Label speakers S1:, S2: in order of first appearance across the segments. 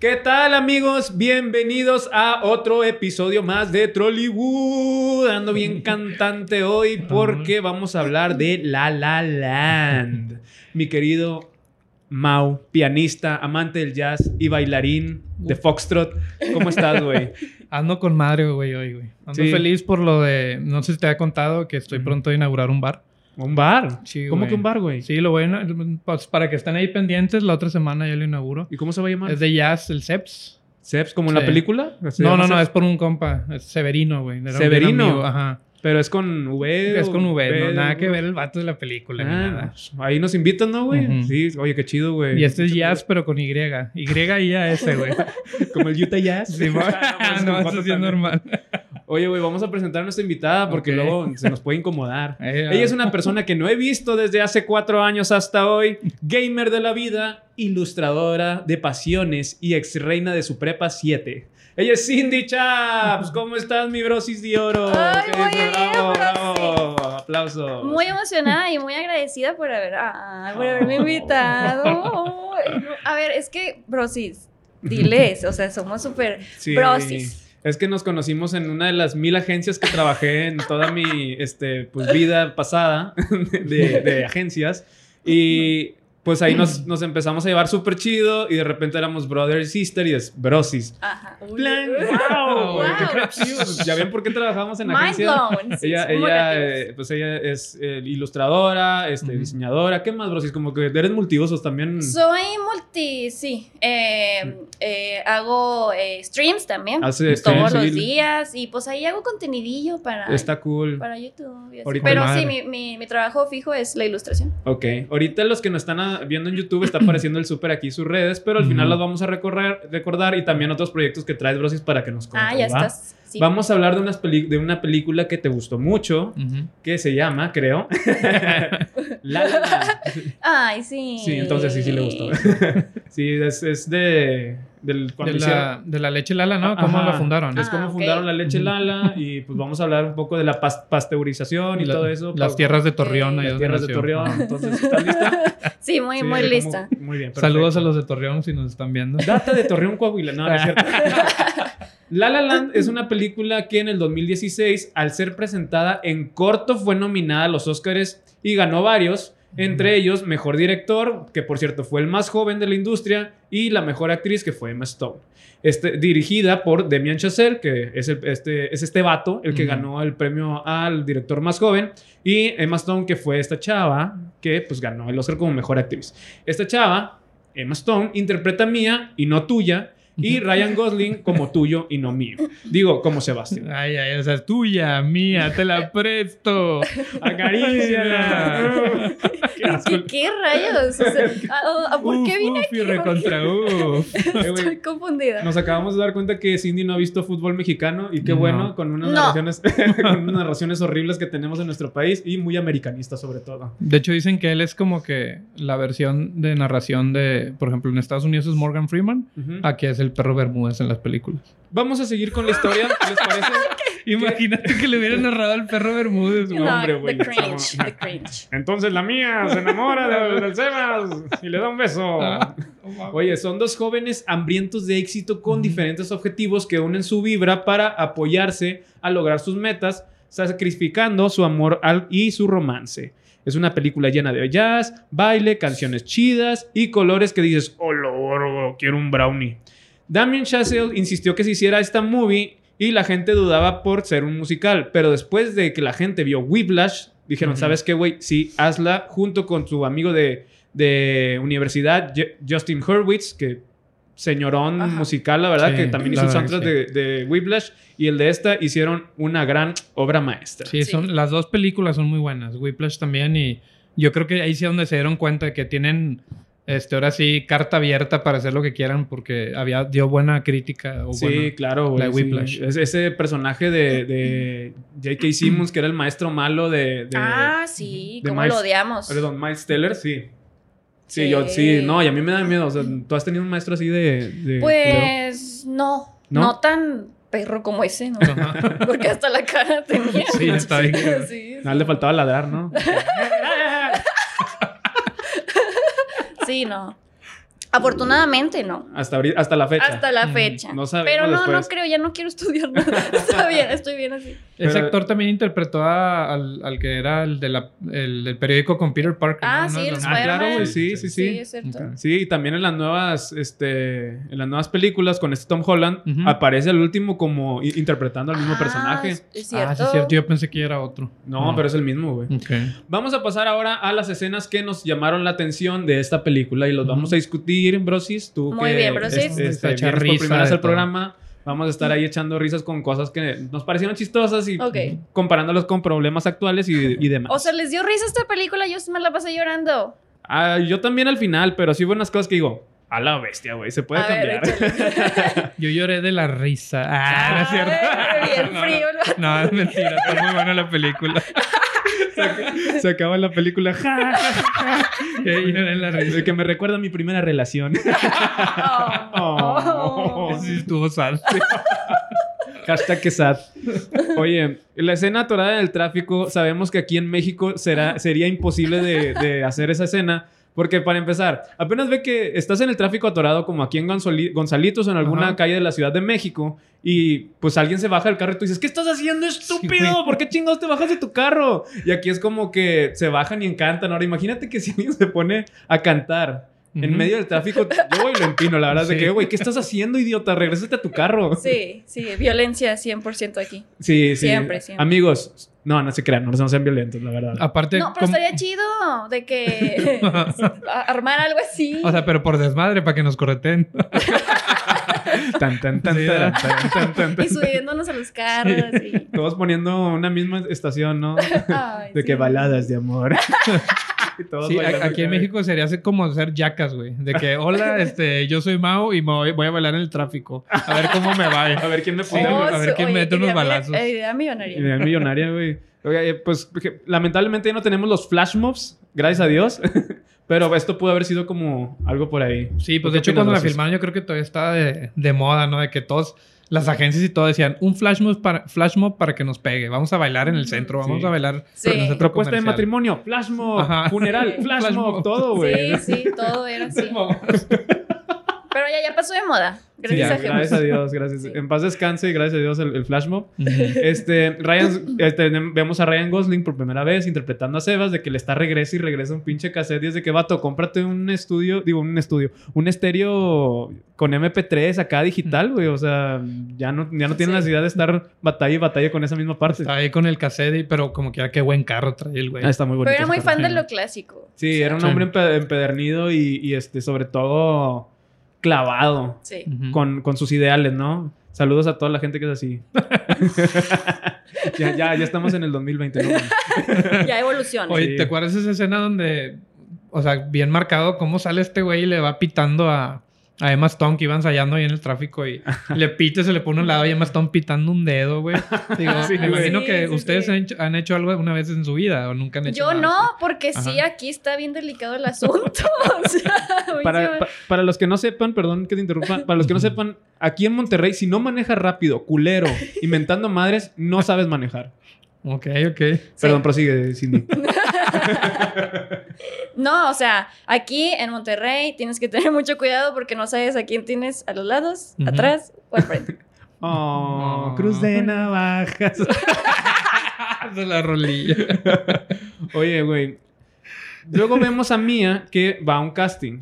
S1: ¿Qué tal amigos? Bienvenidos a otro episodio más de Trollywood. Ando bien cantante hoy porque vamos a hablar de La La Land. Mi querido Mau, pianista, amante del jazz y bailarín de Foxtrot. ¿Cómo estás, güey?
S2: Ando con madre, güey, hoy, güey. Ando
S1: Sí.
S2: feliz por lo de. No sé si te había contado que estoy
S1: Ujú.
S2: pronto a inaugurar un bar.
S1: ¿Un bar?
S2: Sí,
S1: ¿Cómo
S2: güey.
S1: que un bar, güey?
S2: Sí, lo voy a. ina- Pues para que estén ahí pendientes, la otra semana ya lo inauguro.
S1: ¿Y cómo se va a llamar?
S2: Es de jazz, el Ceps.
S1: ¿Seps? ¿Como en la
S2: Sí.
S1: película? ¿Se
S2: No,
S1: llama
S2: no, no, es
S1: Seps?
S2: por un compa. Es Severino, güey. Era un
S1: ¿Severino?
S2: amigo, Ajá.
S1: Pero es con V.
S2: Es con
S1: o
S2: V, no,
S1: V,
S2: nada
S1: o-
S2: que ver el vato de la película ni
S1: Ah,
S2: nada.
S1: pues, ahí nos invitan, ¿no, güey?
S2: Ujú.
S1: Sí, oye, qué chido, güey.
S2: Y este es jazz, pero con Y. Y y A S, güey.
S1: Como el Utah Jazz. Ah,
S2: Sí, mo- no, eso sí es normal.
S1: Oye, güey, vamos a presentar a nuestra invitada porque
S2: Ok.
S1: luego se nos puede incomodar.
S2: Eh,
S1: Ella es una persona que no he visto desde hace cuatro años hasta hoy, gamer de la vida, ilustradora de pasiones y ex reina de su prepa 7. Ella es Cindy Chaps. ¿Cómo estás, mi brosis de oro?
S3: Ay,
S1: ¿Qué
S3: muy
S1: dices?
S3: bien,
S1: bravo,
S3: brosis.
S1: bravo. Aplausos.
S3: Muy emocionada y muy agradecida por, haber, ah, por haberme
S1: Oh.
S3: invitado. Ay, no. A ver, es que, brosis, diles, o sea, somos súper
S1: Sí.
S3: brosis.
S1: Es que nos conocimos en una de las mil agencias que trabajé en toda mi este, pues, vida pasada de, de agencias. Y pues ahí nos, nos empezamos a llevar súper chido y de repente éramos brother y sister y es brosis.
S3: Ajá. Uy.
S1: Plan, wow, güey, qué
S3: Wow.
S1: creativos. Ya ven por qué trabajamos en
S3: Mind
S1: agencias.
S3: blown. sí,
S1: Ella,
S3: somos muy
S1: ella,
S3: creativos.
S1: eh, pues ella es eh, ilustradora, este,
S2: Ujú.
S1: diseñadora. ¿Qué más, brosis? Como que eres multiusos también.
S3: Soy multi, sí. eh, eh, hago eh, streams también.
S1: Hace
S3: todos
S1: streams,
S3: los
S1: Ah, sí,
S3: días. Y pues ahí hago contenidillo para,
S1: Está cool.
S3: para YouTube. y así.
S1: Ahorita-
S3: Pero
S2: Madre.
S3: sí, mi, mi, mi trabajo fijo es la ilustración.
S1: Ok, ahorita los que nos están ah, viendo en YouTube está apareciendo el súper aquí sus redes, pero al final
S2: Ujú.
S1: las vamos a recorrer, recordar y también otros proyectos que traes Brosis para que nos cuentes.
S3: ah, ya
S1: ¿va?
S3: estás. Sí.
S1: Vamos a hablar de, unas peli- de una película que te gustó mucho,
S2: Ujú.
S1: que se llama, creo, La La Land.
S3: Ay, sí.
S1: Sí, entonces sí, sí le gustó. sí, es, es de... Del, cuando
S2: De
S1: hicieron-
S2: la, de la leche Lala, ¿no? ¿Cómo
S1: Ajá.
S2: la fundaron?
S1: Es
S3: Ah,
S1: cómo
S3: ok.
S1: fundaron la leche
S2: Ujú.
S1: Lala y pues vamos a hablar un poco de la pas- pasteurización y
S2: La-
S1: todo eso.
S2: Las
S1: pa- Eh,
S2: tierras de Torreón.
S3: Las
S2: ahí
S1: las
S2: donde
S1: tierras de
S2: nació.
S1: Torreón. Entonces, ¿estás lista?
S3: Sí, muy,
S1: Sí,
S3: muy
S1: como-
S3: lista.
S1: Muy bien.
S2: Saludos
S1: perfecto.
S2: a los de Torreón si nos están viendo.
S1: Data de Torreón Coahuila, no, no es cierto. La La Land es una película que en el 2016, al ser presentada en corto, fue nominada a los Óscares y ganó varios, entre ellos Mejor Director, que por cierto fue el más joven de la industria, y la Mejor Actriz, que fue Emma Stone. Este, dirigida por Demian Chazelle, que es, el- este, es este vato, el que
S2: Ujú.
S1: ganó el premio al director más joven, y Emma Stone, que fue esta chava, que pues ganó el Oscar como Mejor Actriz. Esta chava, Emma Stone, interpreta mía y no tuya, y Ryan Gosling como tuyo y no mío. Digo, como Sebastián.
S2: Ay, ay, o sea, es tuya, mía, te la presto.
S1: Acaríciala. Qué asco.
S3: ¿Qué, qué rayos? O sea, ah, ah, ¿Por
S2: Uf,
S3: qué vine
S2: uf,
S3: aquí?
S2: y recontra uf.
S1: Eh, güey,
S3: Estoy confundida.
S1: Nos acabamos de dar cuenta que Cindy no ha visto fútbol mexicano y qué
S2: No.
S1: bueno, con unas,
S3: No.
S1: narraciones, con unas narraciones horribles que tenemos en nuestro país y muy americanistas sobre todo.
S2: De hecho, dicen que él es como que la versión de narración de, por ejemplo, en Estados Unidos es Morgan Freeman.
S1: Ujú.
S2: Aquí es el perro Bermúdez en las películas.
S1: Vamos a seguir con la historia, ¿les parece?
S2: Imagínate que le hubieran narrado al perro Bermúdez, güey.
S3: No,
S1: hombre, güey,
S3: the
S1: estamos-
S3: cringe, the cringe.
S1: Entonces la mía se enamora del, del Sebas y le da un beso.
S2: Ah, no mames.
S1: Oye, son dos jóvenes hambrientos de éxito con
S2: Ujú.
S1: diferentes objetivos que unen su vibra para apoyarse a lograr sus metas, sacrificando su amor al- y su romance. Es una película llena de jazz, baile, canciones chidas y colores que dices, oh, lo oro, quiero un brownie. Damien Chazelle insistió que se hiciera esta movie y la gente dudaba por ser un musical, pero después de que la gente vio Whiplash, dijeron,
S2: Ujú.
S1: ¿sabes qué, güey? Sí, hazla junto con su amigo de, de universidad, Ju- Justin Hurwitz, que señorón
S3: Ajá.
S1: musical, la verdad,
S2: Sí,
S1: que también
S2: la
S1: hizo el
S2: verdad que
S1: soundtrack de, de Whiplash y el de esta hicieron una gran obra maestra.
S2: Sí,
S3: Sí.
S2: son, las dos películas son muy buenas. Whiplash también y yo creo que ahí sí es donde se dieron cuenta de que tienen, este, ahora sí, carta abierta para hacer lo que quieran porque había, dio buena crítica. O
S1: Sí,
S2: buena-
S1: claro, güey.
S2: la de
S1: sí.
S2: Whiplash.
S1: Es- ese personaje de, de J.K. Simmons, que era el maestro malo de, de-
S3: Ah, sí,
S1: de
S3: cómo
S1: Miles-
S3: lo odiamos.
S1: Perdón, Miles Teller, sí. Sí,
S3: Sí.
S1: yo, sí, no, y a mí me da miedo. O sea, tú has tenido un maestro así de. de eh, culero?
S3: Pues no,
S1: ¿No?
S3: no, tan perro como ese, ¿no?
S2: Ajá.
S3: Porque hasta la cara tenía.
S2: Sí, está bien.
S3: Sí, sí.
S1: Nada, le faltaba ladrar, ¿no?
S3: Sí, no. Afortunadamente, no.
S1: Hasta, ahorita- hasta la fecha.
S3: Hasta la
S2: Mm,
S3: fecha.
S1: no sabemos
S3: Pero no,
S1: después.
S3: no creo, ya no quiero estudiar nada. Está bien, estoy bien así.
S2: Ese
S1: Pero-
S2: actor también interpretó a- al, al que era el, de la- el del periódico con Peter Parker.
S3: Ah,
S2: ¿no?
S3: sí,
S2: ¿No es
S3: el
S2: lo-
S1: Ah, claro, güey,
S3: Spider-Man.
S1: sí, sí,
S3: Sí,
S1: sí.
S3: es cierto.
S2: Ok.
S1: Sí, y también en las nuevas, este, en las nuevas películas con este Tom Holland
S2: Ujú.
S1: aparece el último como i- interpretando al mismo
S3: Ah,
S1: personaje.
S3: Es, es
S2: Ah, sí,
S3: cierto.
S2: es cierto. Yo pensé que era otro.
S1: No, pero es el mismo, güey.
S2: Ok.
S1: Vamos a pasar ahora a las escenas que nos llamaron la atención de esta película y los
S2: Ujú.
S1: vamos a discutir, Brosis. Tú
S3: Muy
S1: que
S3: bien, Brosis. Mm.
S1: este,
S2: Vamos a
S1: vienes
S2: echar
S1: por
S2: risa
S1: primera vez
S2: de
S1: al
S2: todo.
S1: programa. Vamos a estar ahí echando risas con cosas que nos parecieron chistosas y
S3: Ok.
S1: comparándolos con problemas actuales y, y demás.
S3: O sea, les dio risa esta película, yo sí me la pasé llorando.
S1: Ah, yo también al final, pero sí hubo unas cosas que digo, a la bestia, güey, se puede
S3: A ver,
S1: cambiar.
S3: échale.
S2: Yo lloré de la risa. Ah, no es cierto.
S3: Ay, bien
S2: No, no.
S3: frío. el vato.
S2: No, es mentira. Está muy buena la película.
S1: se, ac- se acaba la película. Ja, ja, ja, ja.
S2: Yo lloré de la risa.
S1: El que me recuerda a mi primera relación.
S3: Oh.
S1: Oh.
S2: Sí, estuvo sad.
S1: Hashtag que sad. Oye, la escena atorada en el tráfico, sabemos que aquí en México será, sería imposible de, de hacer esa escena. Porque para empezar, apenas ve que estás en el tráfico atorado como aquí en Gonzoli- Gonzalitos o en alguna
S2: Ajá.
S1: calle de la Ciudad de México y pues alguien se baja del carro y tú dices, ¿qué estás haciendo estúpido?
S2: güey.
S1: ¿Por qué chingados te bajas de tu carro? Y aquí es como que se bajan y encantan. Ahora imagínate que si alguien se pone a cantar en medio del tráfico, yo voy y lo empino, la verdad, de
S2: Sí.
S1: que, güey, ¿qué estás haciendo, idiota? Regrésate a tu carro.
S3: Sí, sí, violencia 100% aquí.
S1: Sí, sí.
S3: Siempre, siempre.
S1: Amigos, no, no se crean, no, no sean violentos, la verdad.
S2: Aparte,
S3: No, pero
S2: ¿cómo-
S3: estaría chido de que a- armar algo así.
S2: o sea, pero por desmadre, para que nos correten.
S1: Tan, tan, tan,
S2: Sí,
S1: tan,
S2: ah.
S1: tan, tan, tan, tan.
S3: y subiéndonos a los carros. y-
S1: Todos poniendo una misma estación, ¿no?
S3: Ay,
S1: De que
S3: sí.
S1: baladas de amor. Y todos
S2: Sí,
S1: bailando
S2: a- aquí en
S1: acá.
S2: México sería así como ser yacas, güey. De que, hola, este, yo soy Mao y me voy, voy a bailar en el tráfico. A ver cómo me va.
S1: A ver quién me
S2: Sí,
S3: Oh,
S1: pone.
S2: güey, a ver
S3: su-
S2: quién mete
S3: idea
S2: unos
S3: mil-
S2: balazos.
S3: eh, Idea millonaria.
S1: Idea millonaria, güey. Oye, pues porque lamentablemente ya no tenemos los flash mobs, gracias a Dios. Pero esto pudo haber sido como algo por ahí.
S2: Sí,
S1: ¿Tú
S2: pues
S1: qué
S2: de hecho
S1: opinas,
S2: cuando la
S1: Rosas?
S2: filmaron yo creo que todavía estaba de, de moda, ¿no? De que todos, las agencias y todo decían, un flash mob para, flash mob para que nos pegue. Vamos a bailar en el centro, vamos
S1: Sí.
S2: a bailar.
S3: Sí.
S2: en el centro
S1: Propuesta de
S2: comercial".
S1: matrimonio, flash mob,
S2: Ajá.
S1: funeral,
S3: Sí.
S1: flash
S2: Flash
S1: mob,
S2: mob.
S1: todo, güey.
S3: Sí, sí, todo era así. Pero ya, ya pasó de moda.
S1: Sí,
S3: Gracias
S1: ya,
S3: a Dios.
S1: gracias a Dios, gracias.
S3: Sí.
S1: En paz descanse, gracias a Dios, el, el flash mob.
S2: Ujú.
S1: Este, Ryan, este, vemos a Ryan Gosling por primera vez interpretando a Sebas de que le está regresa y regresa un pinche cassette y es de que vato, cómprate un estudio, digo, un estudio, un estéreo con MP3 acá digital, güey. O sea, ya no, ya no tiene
S3: Sí.
S1: necesidad de estar batalla y batalla con esa misma parte.
S2: Estaba ahí con el cassette, y- pero como que era qué buen carro traía el güey.
S1: Ah, está muy bonito.
S3: Pero era
S1: ese
S3: muy
S1: carro.
S3: fan de lo clásico.
S1: Sí, era un
S2: Sí.
S1: hombre empe- empedernido y, y, este, sobre todo clavado
S3: Sí.
S2: Ujú.
S1: con, con sus ideales, ¿no? Saludos a toda la gente que es así. ya, ya, ya estamos en el 2020, ¿no?
S3: Ya evoluciona.
S2: Oye,
S1: Sí.
S2: ¿te acuerdas esa escena donde, o sea, bien marcado cómo sale este güey y le va pitando a, a Emma Stone que iba ensayando ahí en el tráfico y le pita, se le pone a un lado y Emma Stone pitando un dedo, güey? Digo,
S3: Sí,
S2: me imagino
S3: sí,
S2: que
S3: sí,
S2: ustedes
S3: sí.
S2: Han, hecho, han hecho algo una vez en su vida o nunca han hecho
S3: Yo
S2: nada
S3: no, porque sí,
S2: Ajá.
S3: aquí está bien delicado el asunto. O sea, a mí se
S1: Para,
S3: me-
S1: pa- para los que no sepan, perdón que te interrumpa, para los que no sepan, aquí en Monterrey, si no manejas rápido, culero, inventando madres, no sabes manejar.
S2: así. Ok, ok.
S3: Sí.
S1: Perdón, prosigue, Cindy.
S3: No, o sea, aquí en Monterrey tienes que tener mucho cuidado porque no sabes a quién tienes a los lados,
S2: Ujú.
S3: atrás o al frente.
S1: Oh,
S2: No.
S1: cruz de navajas.
S2: Ah, De la rolilla.
S1: Oye, güey. Luego vemos a Mía que va a un casting.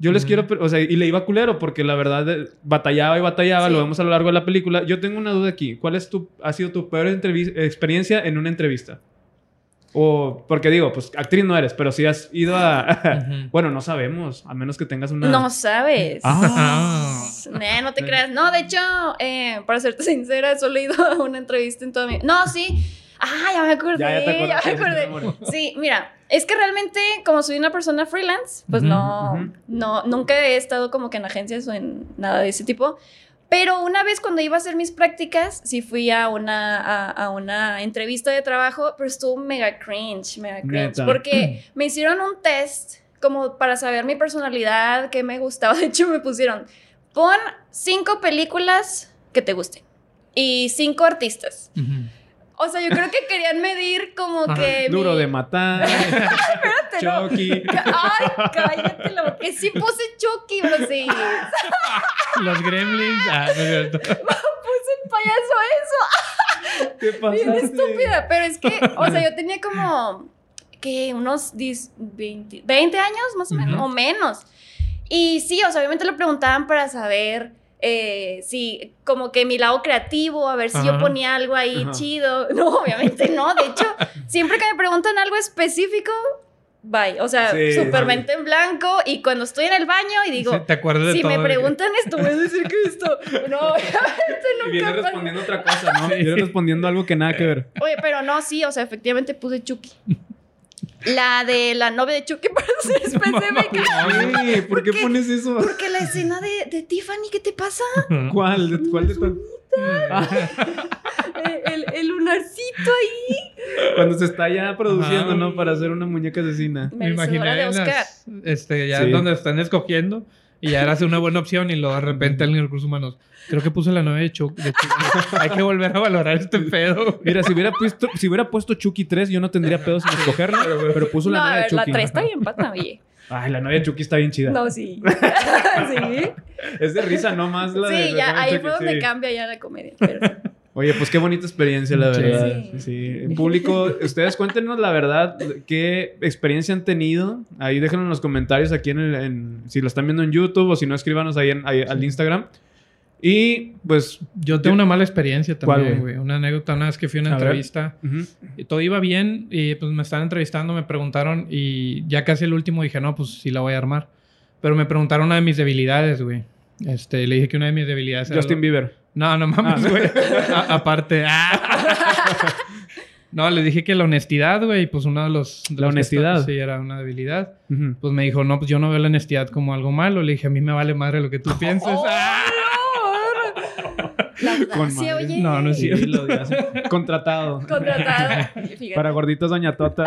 S1: Yo les
S2: Ujú.
S1: quiero, pre- o sea, y le iba culero porque la verdad eh, batallaba y batallaba,
S3: Sí.
S1: lo vemos a lo largo de la película. Yo tengo una duda aquí. ¿Cuál es tu, ha sido tu peor entrevis- experiencia en una entrevista? O, porque digo, pues actriz no eres, pero si has ido a...
S2: Ujú.
S1: bueno, no sabemos, a menos que tengas una...
S3: No sabes.
S2: Ah.
S3: Nah, no te creas. No, de hecho, eh, para serte sincera, solo he ido a una entrevista en toda mi. No, sí. Ah, ya me acordé.
S1: Ya, ya te acuerdas.
S3: ya me acordé. Sí, mira, es que realmente como soy una persona freelance, pues
S2: Ujú,
S3: no,
S1: ujú.
S3: no, nunca he estado como que en agencias o en nada de ese tipo. Pero una vez cuando iba a hacer mis prácticas, sí fui a una, a, a una entrevista de trabajo, pero estuvo mega cringe, mega cringe.
S1: Neta.
S3: Porque me hicieron un test como para saber mi personalidad, qué me gustaba. De hecho, me pusieron, pon cinco películas que te gusten y cinco artistas.
S2: Ujú.
S3: O sea, yo creo que querían medir como
S2: Ajá,
S3: que... Eh, mi-
S1: Duro de matar.
S3: Espérate, pero.
S1: Chucky.
S3: Ay, cállate, la boca. Sí puse Chucky, pero sí.
S2: Los gremlins. Ah, no es cierto.
S3: Puse el payaso eso.
S1: Te
S3: Bien
S1: pasaste.
S3: estúpida, pero es que, o sea, yo tenía como que unos 10, 20, 20 años más o menos,
S2: Ujú.
S3: o menos. Y sí, o sea, obviamente lo preguntaban para saber eh, si, como que mi lado creativo, a ver si yo
S2: Ajá.
S3: ponía algo ahí
S1: Ajá.
S3: chido. No, obviamente no. De hecho, siempre que me preguntan algo específico, bye. O sea,
S1: Sí,
S3: súper
S1: sí.
S3: mente en blanco. Y cuando estoy en el baño y digo,
S2: Sí, ¿Te acuerdas de
S3: si
S2: todo?
S3: me
S2: de que-
S3: preguntan esto, voy a decir que esto. No, obviamente
S1: Y
S3: nunca.
S1: viene
S3: pasa.
S1: respondiendo otra cosa, ¿no?
S2: Sí.
S1: Viene respondiendo algo que nada que ver.
S3: Oye, pero no, sí, o sea, efectivamente puse Chucky. La de la novia de Chucky, para ser específica.
S1: Oye, ¿por qué
S3: qué?
S1: pones eso?
S3: Porque la escena de, de Tiffany, ¿qué te pasa?
S2: Ujú.
S1: ¿Cuál? ¿De- ¿Cuál de tu-
S3: Eh, El, el lunarcito ahí.
S1: Cuando se está ya produciendo,
S2: Ajá.
S1: ¿no? Para hacer una muñeca asesina.
S2: Me imaginé
S3: Merecedora de
S2: en
S3: Oscar.
S2: las- este, ya
S1: Sí.
S2: donde están escogiendo y ya era así una buena opción y luego de repente alguien de recursos humanos. Creo que puse la novia de Chuck. de Chuck". Hay que volver a valorar este pedo.
S1: Mira, si hubiera puesto, si hubiera puesto Chucky 3, yo no tendría pedos en escogerla, pero puso
S3: No,
S1: la
S3: a
S1: novia de
S3: ver, la
S1: Chucky.
S3: 3 está bien pata, oye.
S1: Ay, la novia de Chucky está bien chida.
S3: No, sí. sí.
S1: Es de risa, no más la de
S3: Sí,
S1: la
S3: ya
S1: novia de
S3: ahí
S1: Chucky,
S3: fue donde
S1: sí.
S3: cambia ya la comedia. pero sí.
S1: Oye, pues qué bonita experiencia, la
S2: Sí.
S1: verdad. Sí.
S3: Sí.
S1: En público, ustedes cuéntenos la verdad, qué experiencia han tenido. Ahí déjenlo en los comentarios, aquí en, el, en- si lo están viendo en YouTube o si no, escríbanos ahí, en- ahí al Instagram. Y pues,
S2: Yo tengo una mala experiencia
S1: ¿Cuál,
S2: también,
S1: güey?
S2: güey. Una anécdota una vez que fui a una
S1: A ver.
S2: entrevista.
S1: ujú,
S2: Y todo iba bien y pues me estaban entrevistando, me preguntaron y ya casi el último dije, no, pues sí la voy a armar. Pero me preguntaron una de mis debilidades, güey. Este, le dije que una de mis debilidades era...
S1: Justin
S2: lo-
S1: Bieber.
S2: No, no
S1: Ah.
S2: mames, güey. A- aparte... ah. no, le dije que la honestidad, güey, pues uno de los... de
S1: La
S2: los que
S1: honestidad.
S2: está- sí, era una debilidad.
S1: Ujú.
S2: Pues me dijo, no, pues yo no veo la honestidad como algo malo. Le dije, a mí me vale madre lo que tú pienses.
S3: ¡Oh,
S2: Ah.
S3: no! La audacia,
S1: madre.
S3: oye.
S2: No, no es
S1: Sí,
S2: cierto.
S1: lo odias. Contratado.
S3: Contratada. Fíjate.
S1: Para gorditas doña Tota.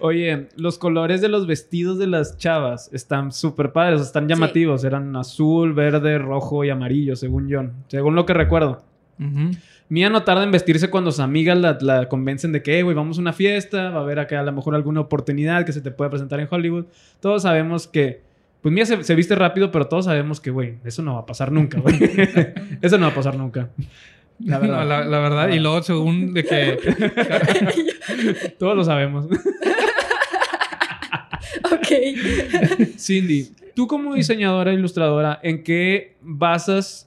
S1: Oye, los colores de los vestidos de las chavas están súper padres, están llamativos. Eran azul, verde, rojo y amarillo, según yo. Según lo que recuerdo.
S2: Ujú.
S1: Mía no tarda en vestirse cuando sus amigas la, la convencen de que, "Eh, güey, vamos a una fiesta, va a haber acá a lo mejor alguna oportunidad que se te pueda presentar en Hollywood. Todos sabemos que, pues Mía se, se viste rápido, pero todos sabemos que, güey, eso no va a pasar nunca, güey. eso no va a pasar nunca. La verdad.
S2: No, la, la verdad. Y luego según de que...
S1: Todos lo sabemos.
S3: Ok.
S1: Cindy, tú como diseñadora e ilustradora, ¿en qué basas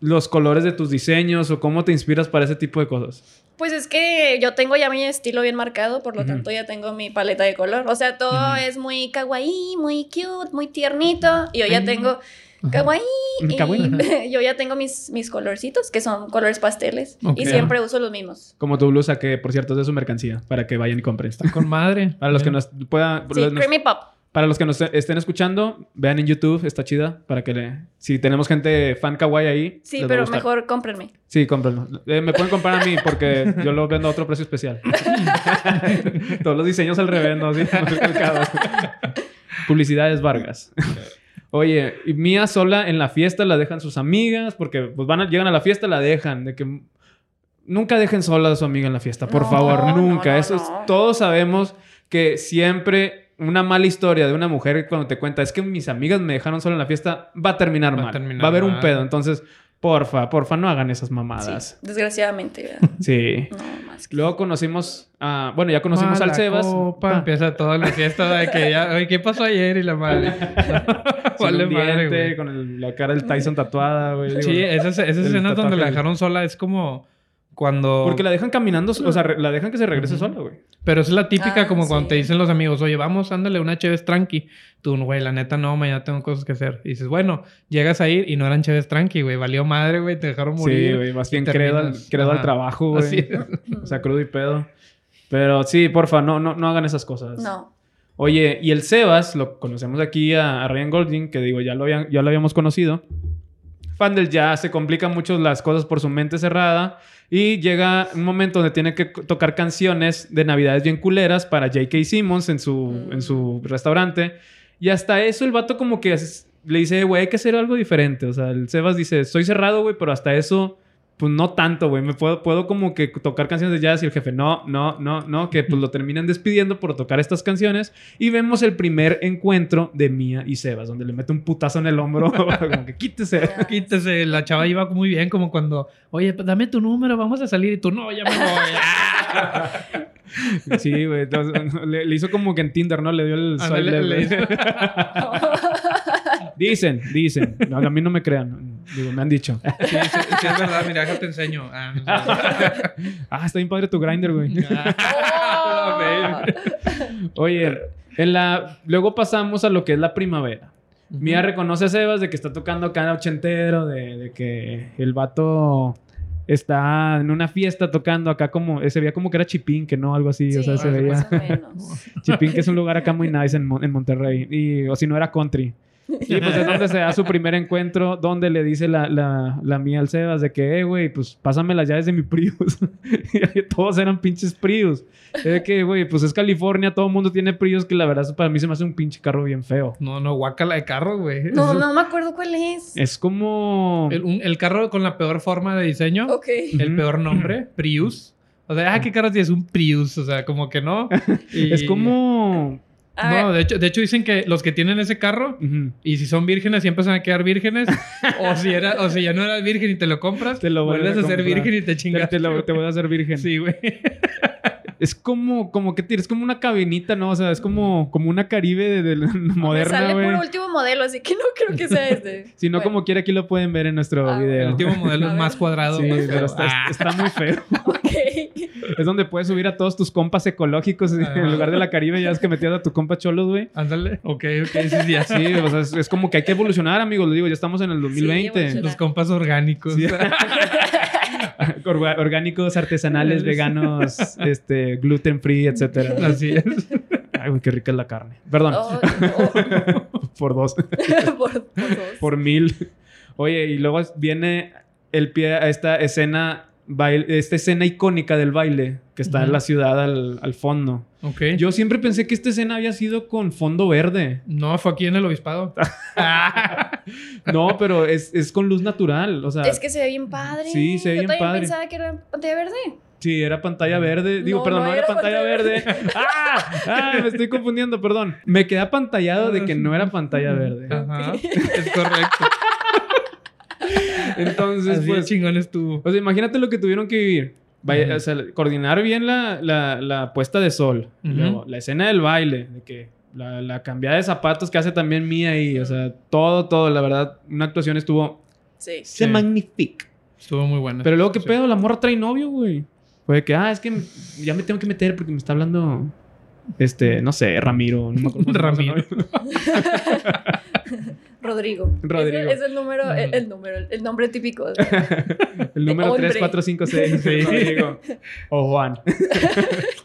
S1: los colores de tus diseños o cómo te inspiras para ese tipo de cosas?
S3: Pues es que yo tengo ya mi estilo bien marcado, por lo
S1: Ujú.
S3: tanto ya tengo mi paleta de color. O sea, todo
S1: Ujú.
S3: es muy kawaii, muy cute, muy tiernito. Y yo ya
S2: Ay.
S3: tengo
S2: Ajá.
S3: kawaii
S1: Mm, kawaii.
S3: y yo ya tengo mis, mis colorcitos, que son colores pasteles.
S2: Ok.
S3: Y siempre uso los mismos.
S1: Como tu blusa, que por cierto es de su mercancía, para que vayan y compren.
S2: Está con madre.
S1: Para los que nos puedan,
S3: Sí,
S1: los- nos-
S3: creamy pop.
S1: para los que nos estén escuchando, vean en YouTube, está chida, para que le, si tenemos gente fan kawaii ahí,
S3: Sí,
S1: les va a
S3: pero
S1: gustar.
S3: mejor cómprenme.
S1: Sí, cómprenlo. Eh, me pueden comprar a mí porque yo lo vendo a otro precio especial. Todos los diseños al revés, ¿no? Sí, mal calcados. Publicidades Vargas. Oye, y Mía sola en la fiesta la dejan sus amigas porque pues van a- llegan a la fiesta la dejan de que nunca dejen sola a su amiga en la fiesta, por
S3: No,
S1: favor,
S3: no,
S1: nunca.
S3: no,
S1: Eso es-
S3: no.
S1: todos sabemos que siempre una mala historia de una mujer cuando te cuenta es que mis amigas me dejaron sola en la fiesta va a terminar
S2: Va a
S1: mal,
S2: terminar
S1: va a haber un
S2: mal.
S1: pedo, entonces porfa, porfa no hagan esas
S3: Sí,
S1: mamadas.
S3: desgraciadamente, ¿verdad?
S1: Sí.
S3: No, más que.
S1: Luego conocimos a. Bueno, ya conocimos
S2: Mala
S1: al Sebas.
S2: copa.
S1: Ah,
S2: Empieza toda la fiesta de que ya, oye, ¿qué pasó ayer? Y la madre.
S1: sin
S2: vale
S1: un
S2: madre,
S1: diente,
S2: güey.
S1: con el- la cara del Tyson tatuada, güey. digo,
S2: Sí, esas, esas
S1: El
S2: escenas donde
S1: tatuaje.
S2: la dejaron sola es como cuando.
S1: Porque la dejan caminando, o sea, re- la dejan que se regrese
S2: Ujú.
S1: sola, güey.
S2: Pero es la típica,
S3: Ah,
S2: como cuando
S3: sí.
S2: te dicen los amigos, oye, vamos, ándale una chévez tranqui. Tú, güey, la neta no, mañana tengo cosas que hacer. Y dices, bueno, llegas a ir y no eran chéves tranqui, güey, valió madre, güey, te dejaron morir.
S1: Sí, güey. Más bien
S2: y
S1: credo al,
S2: terminas.
S1: credo al
S2: Ajá.
S1: trabajo, güey.
S2: Así es.
S1: O sea, crudo y pedo. Pero sí, porfa, no, no, no hagan esas cosas.
S3: Mm. No.
S1: Oye, y el Sebas, lo conocemos aquí a, a Ryan Golding, que digo, ya lo, habían- ya lo habíamos conocido. Fan del jazz, se complican mucho las cosas por su mente cerrada. Y llega un momento donde tiene que c- tocar canciones de navidades bien culeras para J.K. Simmons en su,
S3: Mm.
S1: en su restaurante. Y hasta eso el vato como que es- le dice, güey, hay que hacer algo diferente. O sea, el Sebas dice, soy cerrado, güey, pero hasta eso pues no tanto, güey. Me puedo, puedo como que tocar canciones de jazz y el jefe, no, no, no, no, que pues lo terminan despidiendo por tocar estas canciones. Y vemos el primer encuentro de Mía y Sebas, donde le mete un putazo en el hombro, como que quítese.
S2: Quítese, la chava iba muy bien, como cuando, oye, pues, dame tu número, vamos a salir. Y tú, no, ya me voy. Ah,
S1: Sí, güey. entonces, Le, le hizo como que en Tinder, ¿no? Le dio el
S2: Ándale,
S1: swipe
S2: le
S1: left, güey. Dicen, dicen. No, a mí no me crean. Digo, me han dicho.
S2: Sí, sí, sí, es verdad, mira, déjate enseño. Ah, no sé.
S1: Ah, está bien padre tu grinder, güey.
S3: Oh.
S1: Oye, en la... luego pasamos a lo que es la primavera.
S2: Ujú.
S1: Mía reconoce a Sebas de que está tocando acá en ochentero, de, de que el vato está en una fiesta tocando acá como, eh, se veía como que era Chipinque, ¿no? Algo así, o sea,
S3: Sí,
S1: se veía.
S3: más o menos.
S1: Chipinque es un lugar acá muy nice en, Mon- en Monterrey, y, o si no era country. Y pues es donde se da su primer encuentro, donde le dice la, la, la mía al Sebas de que, eh, güey, pues pásame las llaves de mi Prius. y todos eran pinches Prius. Es de que, güey, pues es California, todo el mundo tiene Prius, que la verdad es- para mí se me hace un pinche carro bien feo.
S2: No, no, guácala de carro, güey.
S3: No, no me acuerdo cuál es.
S1: Es como...
S2: El, un- el carro con la peor forma de diseño,
S3: Ok.
S2: el
S1: Ujú.
S2: peor nombre, Prius. O sea, ah, ¿qué carro tienes? Un Prius, o sea, como que no. Y-
S1: Es como...
S3: A
S2: No,
S3: ver,
S2: de hecho, de hecho dicen que los que tienen ese carro,
S1: Ujú.
S2: y si son vírgenes, siempre se van a quedar vírgenes. o, si era, o si ya no eras virgen y te lo compras,
S1: Te lo
S2: vuelves a,
S1: vuelves a
S2: ser
S1: comprar.
S2: virgen y te
S1: Te,
S2: chingas.
S1: te lo- te voy a hacer virgen.
S2: Sí, güey.
S1: Es como, como que tienes como una cabinita, ¿no? O sea, es como, como una Caribe de, de la- moderna,
S3: sale
S1: güey.
S3: por último modelo, así que no creo que sea este.
S1: Si no,
S3: Bueno.
S1: como quiera, aquí lo pueden ver en nuestro
S3: Ah,
S1: video.
S2: El último modelo
S3: A
S2: es
S3: ver.
S2: más cuadrado.
S1: Sí,
S2: más
S1: pero
S2: feo.
S1: está,
S2: Ah,
S1: está muy feo.
S3: Ok.
S1: Es donde puedes subir a todos tus compas ecológicos
S2: Ajá.
S1: en lugar de la Caribe. Ya ves que metías a tu compa Cholo, güey.
S2: ándale. Ok, ok, sí, sí, así.
S1: Sí, o sea, es, es como que hay que evolucionar, amigos. Lo digo, ya estamos en el 2020.
S3: evolucionar.
S2: Los compas orgánicos.
S1: Sí. Orga- Orgánicos, artesanales, veganos, este, gluten free, etcétera.
S2: Así es.
S1: Ay, güey, qué rica es la carne. Perdón,
S3: Oh, no.
S1: por dos.
S3: por, por dos.
S1: por mil. Oye, y luego viene el pie a esta escena, baile- esta escena icónica del baile que está en
S2: Ujú.
S1: la ciudad al, al fondo.
S2: Ok.
S1: Yo siempre pensé que esta escena había sido con fondo verde.
S2: No, fue aquí en el obispado.
S1: No, pero es, es con luz natural. O sea,
S3: Es que se ve bien padre.
S1: Sí, se ve
S3: Yo
S1: bien
S3: también
S1: padre.
S3: pensaba que era pantalla verde.
S1: sí, era pantalla verde. Digo,
S3: No,
S1: perdón, no,
S3: no
S1: era,
S3: era
S1: pantalla
S3: pantalla
S1: verde. ¡Ah! ¡Ah! Me estoy confundiendo, perdón. Me quedé apantallado de que no era pantalla verde.
S2: Ajá. Es correcto.
S1: Entonces,
S2: Así de
S1: pues.
S2: chingón estuvo.
S1: O sea, imagínate lo que tuvieron que vivir. Vaya,
S2: Ujú.
S1: o sea, coordinar bien la, la- la puesta de sol.
S2: Ujú.
S1: Luego, la escena del baile, de que la, la cambiada de zapatos que hace también Mía ahí. O sea, todo, todo. La verdad, una actuación estuvo...
S3: Sí.
S1: Se magnifica.
S2: Estuvo muy bueno.
S1: Pero luego, ¿qué
S2: Sí.
S1: pedo? La morra trae novio, güey. Fue de que, ah, es que ya me tengo que meter porque me está hablando... Este, no sé, Ramiro. No me acuerdo cómo se llama su
S2: Ramiro.
S1: novio.
S3: Rodrigo.
S1: Rodrigo. Mm.
S3: Es el, es el número, el, el número, el nombre típico. de-
S1: El número
S3: Hombre.
S1: 3456.
S2: Sí.
S1: Rodrigo. O Juan.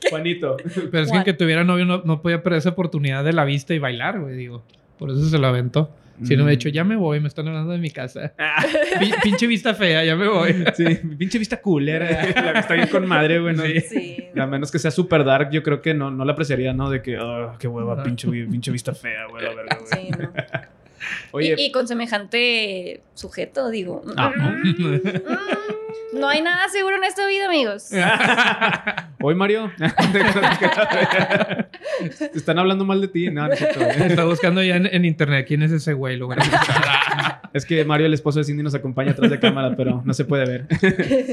S1: Juanito.
S2: Pero es que el que tuviera novio no, no podía perder esa oportunidad de la vista y bailar, güey, digo. Por eso se lo aventó. Si
S1: Mm.
S2: no me he dicho, ya me voy, me están hablando de mi casa.
S1: Ah.
S2: Pi- pinche vista fea, ya me voy.
S1: Sí, pinche vista culera. La que está bien con madre, güey. ¿no?
S3: Sí.
S1: A menos que sea super dark, yo creo que no, no la apreciaría, ¿no? De que, ah, qué hueva,
S2: Ajá.
S1: pinche, vi- pinche vista fea, güey, la verga, güey.
S3: Sí, no.
S1: Oye,
S3: Y, y con semejante sujeto, digo.
S1: Ah,
S3: Mm, no hay nada seguro en esta vida, amigos.
S1: hoy Mario, Te están hablando mal de ti. No, no es cierto, güey.
S2: Está buscando ya en, en internet quién es ese güey, lo voy a-
S1: Es que Mario, el esposo de Cindy, nos acompaña atrás de cámara, pero no se puede ver.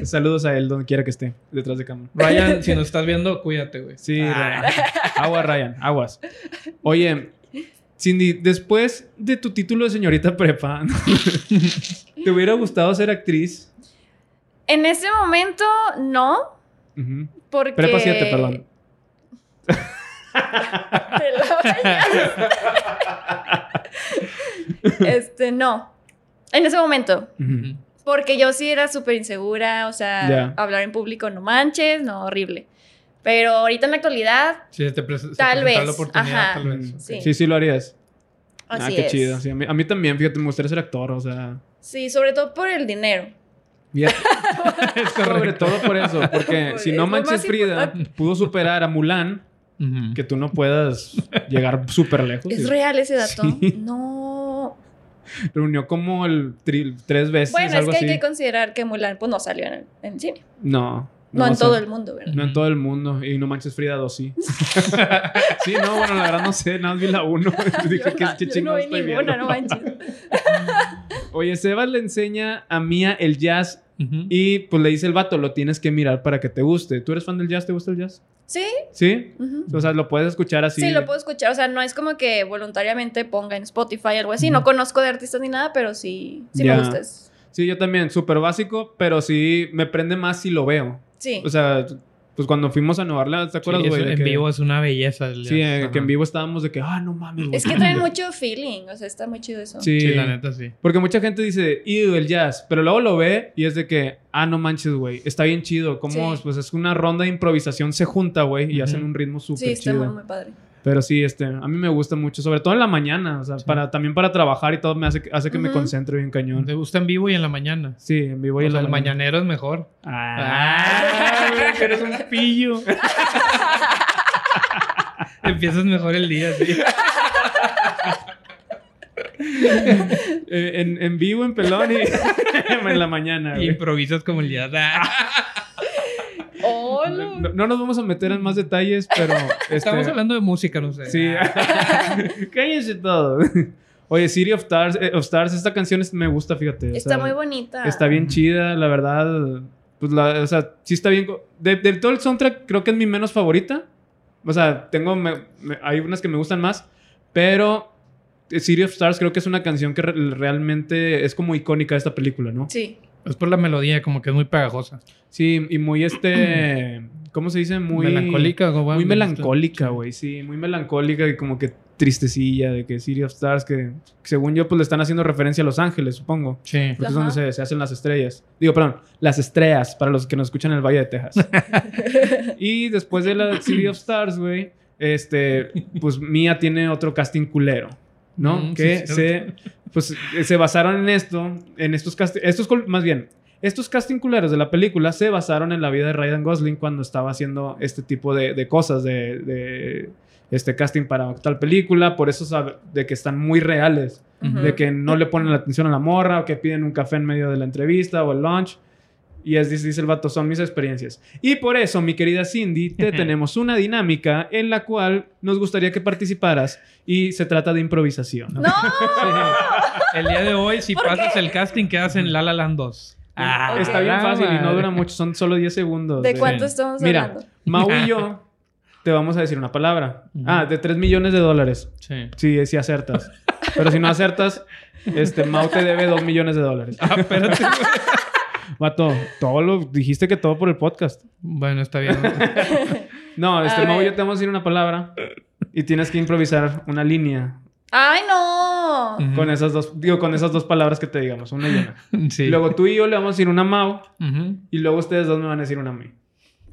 S1: Saludos a él donde quiera que esté, detrás de cámara.
S2: Ryan, si nos estás viendo, cuídate, güey.
S1: Sí,
S2: Ah.
S1: Ryan. Aguas, Ryan, aguas. Oye, Cindy, después de tu título de señorita prepa, ¿te hubiera gustado ser actriz?
S3: En ese momento, no.
S1: Ujú.
S3: Porque.
S1: Prepa 7, perdón.
S3: Te la bañas. este, no. En ese momento.
S1: Ujú.
S3: Porque yo sí era súper insegura, o sea,
S1: Ya.
S3: hablar en público no manches, no, horrible. Pero ahorita en la actualidad,
S2: Sí, se te pres- se
S3: Tal
S2: presentó
S3: vez,
S2: la oportunidad,
S3: ajá.
S2: tal vez.
S1: Mm,
S3: Sí.
S1: Sí, sí lo harías.
S3: así
S1: ah, qué
S3: es.
S1: chido. Sí, a, mí, a mí también, fíjate, me gustaría ser actor, o sea.
S3: Sí, sobre todo por el dinero.
S1: bien.
S2: Es
S1: Sobre
S2: correcto.
S1: todo por eso, porque si no
S3: Es lo
S1: manches
S3: más
S1: Frida
S3: importante.
S1: pudo superar a Mulan, Mm.
S2: Ujú.
S1: que tú no puedas llegar súper lejos.
S3: ¿Es
S1: Pues Sí.
S3: real ese dato?
S1: Sí.
S3: No.
S1: reunió como el tri- tres veces,
S3: Bueno, es
S1: algo
S3: que hay
S1: así.
S3: que considerar que Mulan pues, no salió en el, en el cine.
S1: No.
S3: No, en
S1: o sea,
S3: todo el mundo, ¿verdad?
S1: No en todo el mundo. Y no manches Frida 2, sí. sí, no, bueno, la verdad no sé. Nada más vi la 1. Dije, ¿qué
S3: Yo no- yo no
S1: chingados
S3: vi
S1: estoy viendo?"
S3: ninguna, no manches.
S1: Oye, Sebas le enseña a Mía el jazz.
S2: Ujú.
S1: Y pues le dice el vato, lo tienes que mirar para que te guste. ¿Tú eres fan del jazz? ¿Te gusta el jazz?
S3: Sí,
S1: ¿Sí?
S3: ujú.
S1: O sea, lo puedes escuchar así.
S3: Sí, lo puedo escuchar. O sea, no es como que voluntariamente ponga en Spotify algo así. No
S2: Ujú.
S3: conozco de artistas ni nada, pero sí, sí
S1: Ya.
S3: me gusta. es-
S1: Sí, yo también. Súper básico, pero sí me prende más si lo veo.
S3: Sí.
S1: O sea, pues cuando fuimos a Nueva Orleans, ¿te
S2: Sí,
S1: acuerdas,
S2: eso
S1: güey? de
S2: en
S1: que-
S2: vivo es una belleza. el
S1: Sí,
S2: jazz,
S1: eh,
S2: ajá.
S1: que en vivo estábamos de que, ah, no mames, güey.
S3: es que traen mucho feeling. O sea, está muy chido eso.
S1: Sí.
S2: Sí, la neta, sí.
S1: Porque mucha gente dice, y el jazz, pero luego lo ve y es de que, ah, no manches, güey, está bien chido. Como,
S3: Sí.
S1: pues es una ronda de improvisación, se junta, güey, y
S2: Ujú.
S1: hacen un ritmo súper
S3: Sí, está
S1: chido.
S3: muy, muy padre.
S1: Pero sí, este, a mí me gusta mucho, sobre todo en la mañana, o sea, para, también para trabajar y todo, me hace, que- hace que me
S3: Ujú.
S1: concentre bien cañón.
S2: Te gusta en vivo y en la mañana.
S1: Sí, en vivo y
S2: O
S1: en
S2: sea,
S1: la
S2: el
S1: mañana.
S2: mañanero es mejor.
S1: Ah, güey, que eres un pillo.
S2: Empiezas mejor el día, sí.
S1: Eh, en, en vivo, en pelón y en la mañana,
S2: Y
S1: güey.
S2: improvisas como el jazz. Ah,
S3: ¡Hola!
S1: No, no nos vamos a meter en más detalles, pero...
S2: Estamos
S1: este,
S2: hablando de música, no sé.
S1: Sí. Cállense todo. Oye, City of Stars, eh, of Stars, esta canción es- me gusta, fíjate. o
S3: Está
S1: sea,
S3: muy bonita.
S1: Está bien chida, la verdad. Pues la, o sea, sí está bien. co- De, de todo el soundtrack, creo que es mi menos favorita. O sea, tengo. me- me- hay unas que me gustan más. Pero. eh, City of Stars creo que es una canción que re- realmente es como icónica de esta película, ¿no?
S3: Sí.
S2: Es por la melodía, como que es muy pegajosa.
S1: Sí, y muy este. ¿Cómo se dice? Muy.
S2: melancólica. como-
S1: Muy melancólica, güey, sí, muy melancólica y como que tristecilla de que City of Stars, que según yo, pues le están haciendo referencia a Los Ángeles, supongo.
S2: Sí.
S1: Porque es
S3: Ajá.
S1: donde se, se hacen las estrellas. Digo, perdón, las estrellas para los que nos escuchan en el Valle de Texas. y después de la City of Stars, güey, este, pues Mia tiene otro casting culero, ¿no?
S2: Mm, sí,
S1: que
S2: cierto.
S1: se, pues, eh, se basaron en esto, en estos castings, estos, cul- más bien, estos casting culeros de la película se basaron en la vida de Ryan Gosling cuando estaba haciendo este tipo de, de cosas, de, de este casting para tal película, por eso sabe de que están muy reales.
S2: Ujú.
S1: De que no le ponen la atención a la morra o que piden un café en medio de la entrevista o el lunch. Y es, dice, dice el vato, son mis experiencias. Y por eso, mi querida Cindy, te tenemos una dinámica en la cual nos gustaría que participaras y se trata de improvisación.
S3: ¡No!
S2: El día de hoy, si
S3: ¿Por
S2: pasas
S3: qué?
S2: el casting, quedas en La La Land 2.
S1: Ah,
S3: Ok.
S1: Está bien
S2: la
S1: fácil y no
S2: madre.
S1: dura mucho, son solo 10 segundos.
S3: ¿De
S1: Sí.
S3: cuánto estamos
S1: Mira.
S3: hablando?
S1: Mau y yo te vamos a decir una palabra.
S2: Ujú.
S1: Ah, de 3 millones de dólares.
S2: Sí.
S1: Sí, si acertas. Pero si no acertas, este, Mau te debe 2 millones de dólares.
S2: Ah, espérate.
S1: Vato, todo lo dijiste que todo por el podcast.
S2: bueno, está bien.
S1: No, este
S3: A
S1: Mau,
S3: ver.
S1: yo te vamos a decir una palabra y tienes que improvisar una línea
S3: ¡Ay, no!
S2: Ujú.
S1: con esas dos, digo, con esas dos palabras que te digamos, una y una.
S2: Sí.
S1: Y Luego tú y yo le vamos a decir una a Mau
S2: Ujú.
S1: y luego ustedes dos me van a decir una a mí.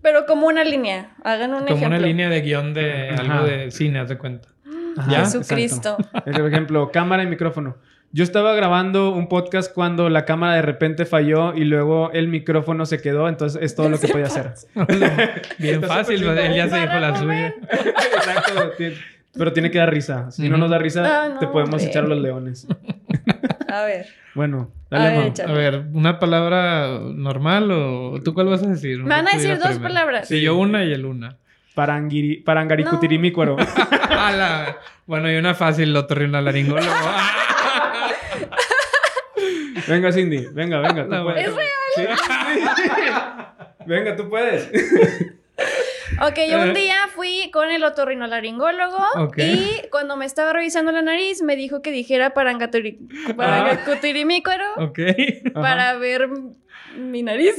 S3: Pero como una línea. Hagan un
S2: Como una
S3: ejemplo.
S2: línea de guión de
S1: Ajá.
S2: algo de cine, haz de cuenta.
S1: Ajá,
S2: Ya.
S3: Jesucristo.
S1: exacto. Por ejemplo, cámara y micrófono. Yo estaba grabando un podcast cuando la cámara de repente falló y luego el micrófono se quedó, entonces es todo lo que podía hacer.
S2: Bien
S1: Está
S2: fácil,
S1: súper
S2: él ya se dijo la
S3: Para
S2: suya.
S1: Exacto. ti- Pero tiene que dar risa. Si no
S2: Ujú.
S1: nos da risa,
S3: Ah, no,
S1: te podemos
S3: hombre.
S1: echar a los leones.
S3: A ver.
S1: Bueno,
S3: A
S1: dale,
S3: ver,
S1: Mau.
S3: échale.
S2: A ver, ¿una palabra normal o tú cuál vas a decir?
S3: Me van a
S2: Tú
S3: decir
S2: digas
S3: dos
S2: primero.
S3: palabras.
S2: Sí, yo una y el una.
S1: Parangiri- Parangaricutirimicuaro.
S2: A la- Bueno, y una fácil, lo torre una Ah, laringólogo.
S1: Venga, Cindy, venga, venga. Tú
S2: No,
S1: puedes.
S3: ¿Es
S1: Venga, tú puedes.
S3: Ok, yo
S2: Eh.
S3: un día fui con el otorrinolaringólogo
S2: Ok.
S3: y cuando me estaba revisando la nariz me dijo que dijera parangatori- parangacotirimícuaro
S2: Ah. ok. Eh,
S3: para ver mi nariz.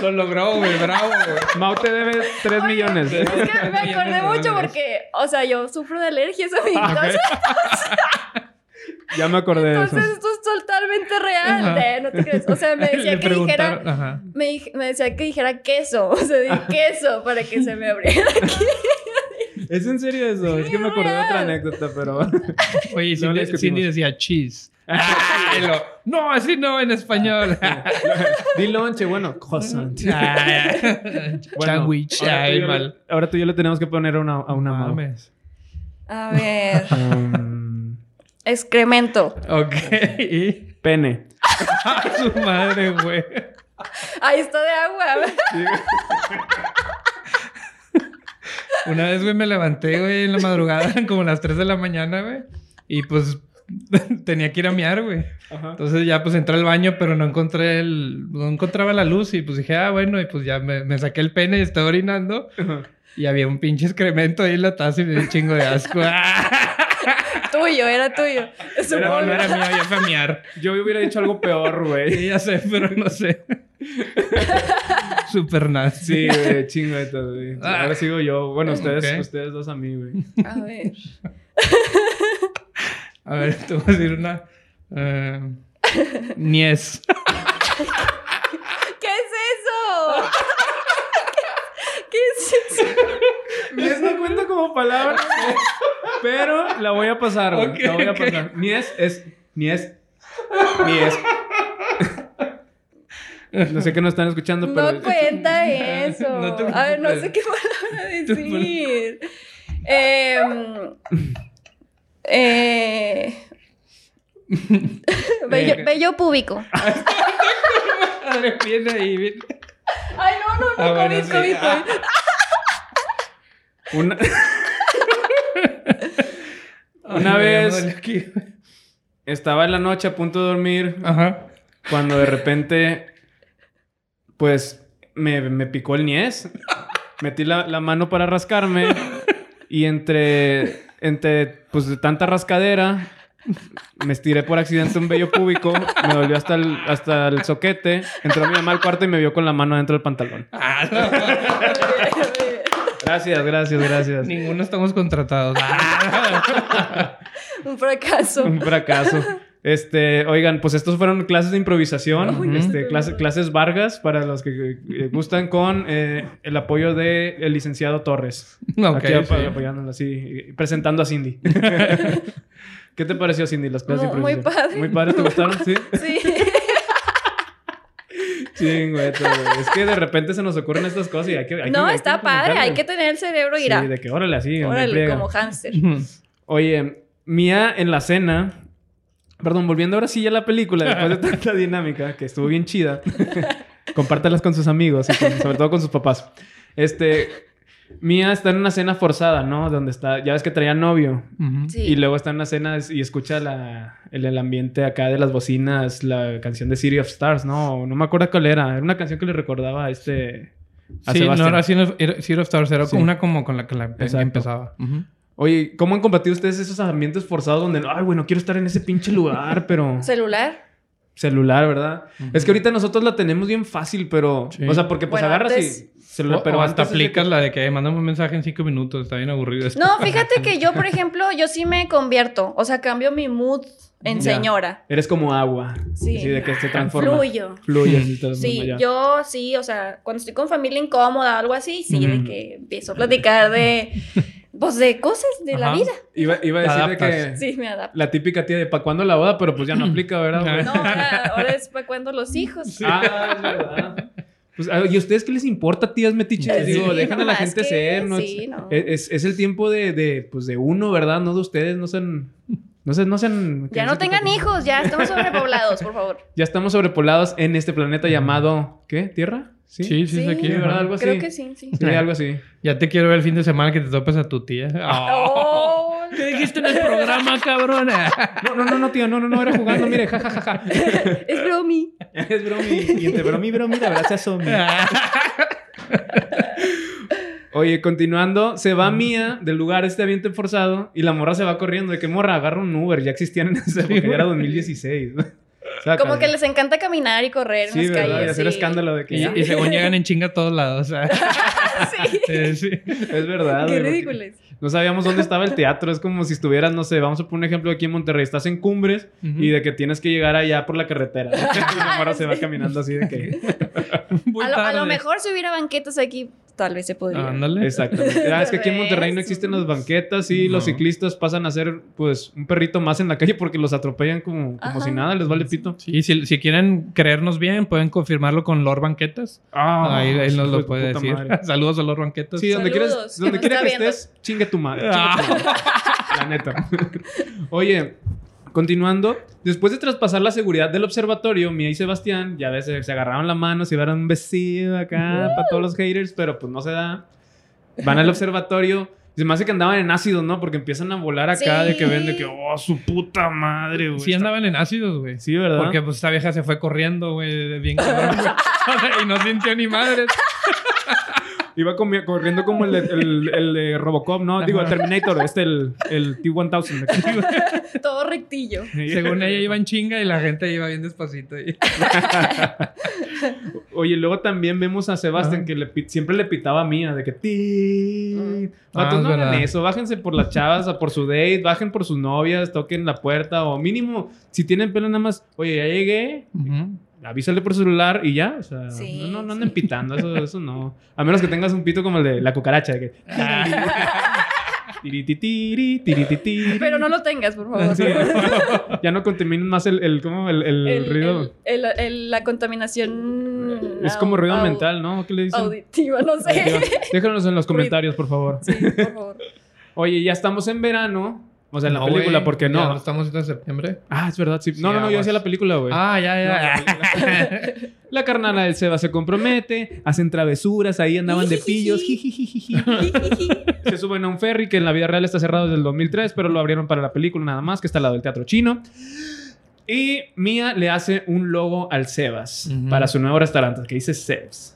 S2: Lo logró, güey, bravo, güey.
S1: Mau te debe 3 millones.
S3: Es que me
S2: Ya no me
S3: acordé mucho
S2: duele.
S3: porque, o sea, yo sufro de alergias
S2: Ah,
S3: a mi casa,
S1: Ya me acordé de eso.
S3: entonces esto es totalmente real,
S2: Ajá.
S3: eh, no te crees. O sea, me decía
S2: Le
S3: que dijera,
S2: preguntaron, ajá.
S3: me, dij- me decía que dijera queso, o sea, di
S2: Ah.
S3: queso para que se me abriera.
S1: ¿Es en serio eso? Es que me acordé de otra anécdota, pero... No le
S2: Oye,
S1: Ah,
S2: Cindy,
S1: discutimos.
S2: Cindy decía cheese. Y lo, no, así no en español.
S1: Ah, Di lonche, bueno. Croissant. Bueno,
S2: Ah, Sandwich.
S1: ahora tú y yo
S2: Ay,
S1: le-
S2: mal.
S1: Ahora tú y yo le tenemos que poner a una, a una Mau.
S2: Mames.
S3: A ver.
S1: Um,
S3: Excremento.
S2: Ok. Y-
S1: Pene.
S2: ¡Ah, su madre, güey.
S3: Ahí está de agua.
S2: Una vez, güey, me levanté, güey, en la madrugada, como a las 3 de la mañana, güey. Y pues tenía que ir a miar, güey.
S1: Ajá.
S2: Entonces ya pues entré al baño, pero no encontré el... No encontraba la luz y pues dije, ah, bueno, y pues ya me, me saqué el pene y estaba orinando. Y había un pinche excremento ahí en la taza y me dio un chingo de asco. ¡Ah!
S3: tuyo, era tuyo.
S2: No,
S3: Supongo.
S2: no era mío, ya fue a miar.
S1: Yo hubiera hecho algo peor, güey.
S2: Sí, ya sé, pero no sé. Super
S1: Sí,
S2: nazi.
S1: güey, chingo de todo, güey.
S2: Ah.
S1: Ahora sigo yo. Bueno, ustedes,
S2: Ok.
S1: ustedes dos a mí, güey.
S3: A ver.
S2: A ver, te voy a decir una... eh, niez.
S3: ¿Qué es eso? ¿Qué es eso?
S1: Mies no cuenta como palabra, güey, pero la voy a pasar, güey.
S2: Ok,
S1: la voy a
S2: ok.
S1: pasar. Mies es. Mies. Mies. No sé que no están escuchando, pero.
S3: No pues. cuenta eso.
S2: No te
S3: A ver, no sé
S2: preocupes.
S3: qué palabra
S2: te preocupes.
S3: decir. Em, eh, bello, bello púbico.
S2: Madre, viene ahí, viene.
S3: Ay, no, no, no,
S2: Ah, bueno,
S3: COVID,
S2: sí.
S3: COVID,
S2: Ah.
S3: COVID.
S1: Una, Una
S2: Ay,
S1: vez-
S2: me duele aquí, güey.
S1: estaba en la noche a punto de dormir
S2: Ajá.
S1: cuando de repente, pues, me, me picó el niés. Metí la, la mano para rascarme y entre, entre, pues, de tanta rascadera, me estiré por accidente un vello púbico, me dolió hasta el, hasta el soquete, entró mi mamá al cuarto y me vio con la mano dentro del pantalón.
S2: Ah, no.
S3: Muy bien, muy bien.
S1: Gracias, gracias, gracias.
S2: Ninguno estamos contratados.
S3: Un fracaso.
S1: Ah, Un fracaso. Este, oigan, pues estos fueron clases de improvisación,
S2: Uy,
S1: este,
S3: no.
S1: clase- clases Vargas para los que eh, gustan con eh, el apoyo de el licenciado Torres.
S2: No, ok,
S1: Aquí ap-
S2: sí.
S1: apoyándonos, sí, y presentando a Cindy. ¿Qué te pareció Cindy las clases
S3: Mu-
S1: de
S3: muy
S1: improvisación?
S3: padre.
S1: Muy padre, ¿te gustaron? Sí.
S3: Sí.
S1: Chingüeto, güey. Es que de repente se nos ocurren estas cosas y hay que hay que-
S3: No,
S1: hay que
S3: está padre. Hay
S1: implementarlas.
S3: que tener el cerebro
S1: Sí,
S3: irá.
S1: de que órale así, hombre,
S3: Órale,
S1: friega.
S3: como hámster.
S1: Oye, Mía en la cena. Perdón, volviendo ahora sí ya a la película, después de tanta dinámica que estuvo bien chida. Compártelas con sus amigos y con- sobre todo con sus papás. Este, Mía está en una cena forzada, ¿no? Donde está, ya ves que traía novio.
S2: Ujú.
S3: Sí.
S1: Y luego está en una cena y escucha la, el, el ambiente acá de las bocinas, la canción de City of Stars, ¿no? No me acuerdo cuál era. Era una canción que le recordaba a este. A
S2: Sí, no
S1: Sebastián.
S2: era Zero era Zero Stars, era
S1: Sí.
S2: una como con la que la empe-
S1: Exacto.
S2: empezaba.
S1: Oye, ¿cómo han combatido ustedes esos ambientes forzados donde, ay, bueno, quiero estar en ese pinche lugar, pero.
S3: Celular.
S1: celular, ¿verdad?
S2: Ujú.
S1: Es que ahorita nosotros la tenemos bien fácil, pero.
S2: Sí.
S1: O sea, porque pues
S3: Bueno,
S1: agarras
S3: antes-
S1: y. Celular,
S2: O-
S1: pero
S2: o hasta
S1: antes es de
S2: aplicas la de que mandame un mensaje en cinco minutos, está bien aburrido. esto.
S3: No, fíjate que yo, por ejemplo, yo sí me convierto. O sea, cambio mi mood en
S1: Ya.
S3: señora.
S1: que Eres como agua.
S3: Sí.
S1: Así de que se transforma.
S3: Fluyo.
S1: Fluye. así, todo el
S3: Sí,
S1: mundo ya.
S3: yo sí, o sea, cuando estoy con familia incómoda o algo así, sí,
S1: Ujú.
S3: de que empiezo a platicar de, pues, de cosas de la
S2: Ajá.
S3: vida.
S1: Iba, iba a
S2: Te
S1: decir de que.
S2: adaptas.
S3: Sí, me adapto.
S1: La típica tía de ¿pa' cuándo la boda? Pero pues ya no aplica, ¿verdad? güey?
S3: No, ahora, ahora es para cuando los hijos.
S1: Ah, es verdad. Pues, a- ¿Y a ustedes qué les importa, tías metiches?
S2: Sí,
S1: Digo, dejan a la
S3: nomás
S1: gente
S3: que-
S1: ser, ¿no?
S3: sí,
S1: Es-
S3: no.
S1: Es, es el tiempo de, de, pues, de uno, ¿verdad? No de ustedes, no sean... No sean... No sean
S3: Ya no tengan hijos, ya estamos sobrepoblados, por favor.
S1: Ya estamos sobrepoblados en este planeta llamado... ¿Qué? ¿Tierra? Sí.
S2: Sí, sí,
S3: Sí,
S2: es aquí.
S1: Sí, ¿verdad?
S2: ajá.
S1: Algo así.
S3: Creo que sí, sí.
S1: Sí, algo así.
S2: Ya te quiero ver el fin de semana que te topes a tu tía. Oh.
S3: Oh,
S2: ¿Qué dijiste en el programa, cabrona?
S1: No, no, no, no, tío. No, no, no. Era jugando. Mire, ja, ja, ja, ja.
S3: es bromi.
S1: Es bromi. Y entre bromi y bromi, la verdad se asoma. Oye, continuando, se va Mía del lugar este ambiente forzado y la morra se va corriendo. ¿De qué morra? Agarra un Uber. Ya existían en esa época, ya era 2016. Sácalo.
S3: Como que les encanta caminar y correr
S1: Sí,
S3: en las
S1: ¿verdad?
S3: calles.
S1: y hacer
S3: sí.
S1: escándalo de que
S2: y,
S1: ya-
S2: y según llegan en chinga a todos lados. o sea.
S3: Sí.
S2: Eh, sí.
S1: Es verdad, güey,
S3: Qué
S1: porque
S3: ridículos.
S1: No sabíamos dónde estaba el teatro. Es como si estuvieras, no sé, vamos a poner un ejemplo aquí en Monterrey. Estás en Cumbres
S2: Ujú.
S1: y de que tienes que llegar allá por la carretera. Y la morra se va
S3: Sí.
S1: caminando así de que...
S2: Muy
S3: A lo, a lo
S2: tarde.
S3: mejor si hubiera banquetas aquí, tal vez se
S1: Ah,
S3: podría.
S2: Ándale.
S1: Exactamente. Ah, es que aquí en Monterrey no
S3: Eso.
S1: existen las banquetas y
S2: No.
S1: los ciclistas pasan a ser, pues, un perrito más en la calle porque los atropellan como, como
S3: Ajá.
S1: si nada, les vale pito.
S2: Sí, y si, si quieren creernos bien, pueden confirmarlo con Lord Banquetas.
S1: Ah,
S2: ahí, ahí nos
S1: hijo de
S2: lo
S1: tu
S2: puede
S1: puta
S2: decir.
S1: madre.
S2: Saludos a Lord Banquetas.
S1: Sí, donde
S3: Saludos,
S1: quieras,
S3: que
S1: donde
S3: nos
S1: quiera
S3: está
S1: que
S3: viendo.
S1: Ah. estés, chingue tu madre.
S2: Ah.
S1: chingue tu madre. La neta. Oye, Continuando, después de traspasar la seguridad del observatorio, Mia y Sebastián, ya ves, se se agarraron la mano, se dieron un besito acá para todos los haters, pero pues no se da. Van al observatorio. Se me hace que andaban en ácido, ¿no? Porque empiezan a volar acá de que ven de que,
S3: Sí.
S1: oh, su puta madre, güey.
S2: Sí andaban en ácidos, güey.
S1: Sí, ¿verdad?
S2: Porque pues esta vieja se fue corriendo, güey, bien cabrón, güey. O sea, y no sintió ni madre.
S1: Iba comi- corriendo como el de, el- el de Robocop, ¿no? Digo, el
S2: Ajá.
S1: Terminator, este, el, el T-1000. de aquí, güey.
S3: Todo rectillo.
S2: Según ella iba en chinga y la gente iba bien despacito. Y...
S1: Oye, luego también vemos a Sebastián
S2: Ajá.
S1: que le pi- siempre le pitaba a Mía de que ti.
S2: Ah,
S1: Vatos,
S2: es
S1: no hagan
S2: verdad.
S1: eso, bájense por las chavas, a por su date, bajen por sus novias, toquen la puerta o mínimo, si tienen pelo nada más, oye, ya llegué,
S2: Ujú.
S1: avísale por celular y ya. O sea,
S3: Sí,
S1: no, no, no
S3: sí.
S1: anden pitando, eso, eso no. A menos que tengas un pito como el de la cucaracha, de que. tirititiri, tirititiri.
S3: Pero no lo tengas, por favor.
S1: Sí. ya no contaminen más el, el, ¿cómo? el, el
S3: El-
S1: ruido.
S3: el- el- el- la contaminación.
S1: Es como ruido
S3: au-
S1: mental, ¿no? ¿Qué le dicen?
S3: Auditiva, no
S1: Auditiva.
S3: sé.
S1: Déjanos en los comentarios, por favor.
S3: Sí, por favor.
S1: Oye, ya estamos en verano. O sea, en la
S2: No,
S1: película,
S2: güey,
S1: ¿por qué
S2: ya
S1: no?
S2: estamos en septiembre.
S1: Ah, es verdad, sí.
S2: Sí,
S1: No, no, no, yo
S2: aguas.
S1: hacía la película, güey.
S2: Ah, ya, ya.
S1: La carnala del Seba se compromete, hacen travesuras, ahí andaban de pillos. jijijijiji. se suben a un ferry que en la vida real está cerrado desde el 2003, pero lo abrieron para la película nada más, que está al lado del teatro chino. Y Mia le hace un logo al Sebas
S2: Ujú.
S1: para su nuevo restaurante, que dice Sebs.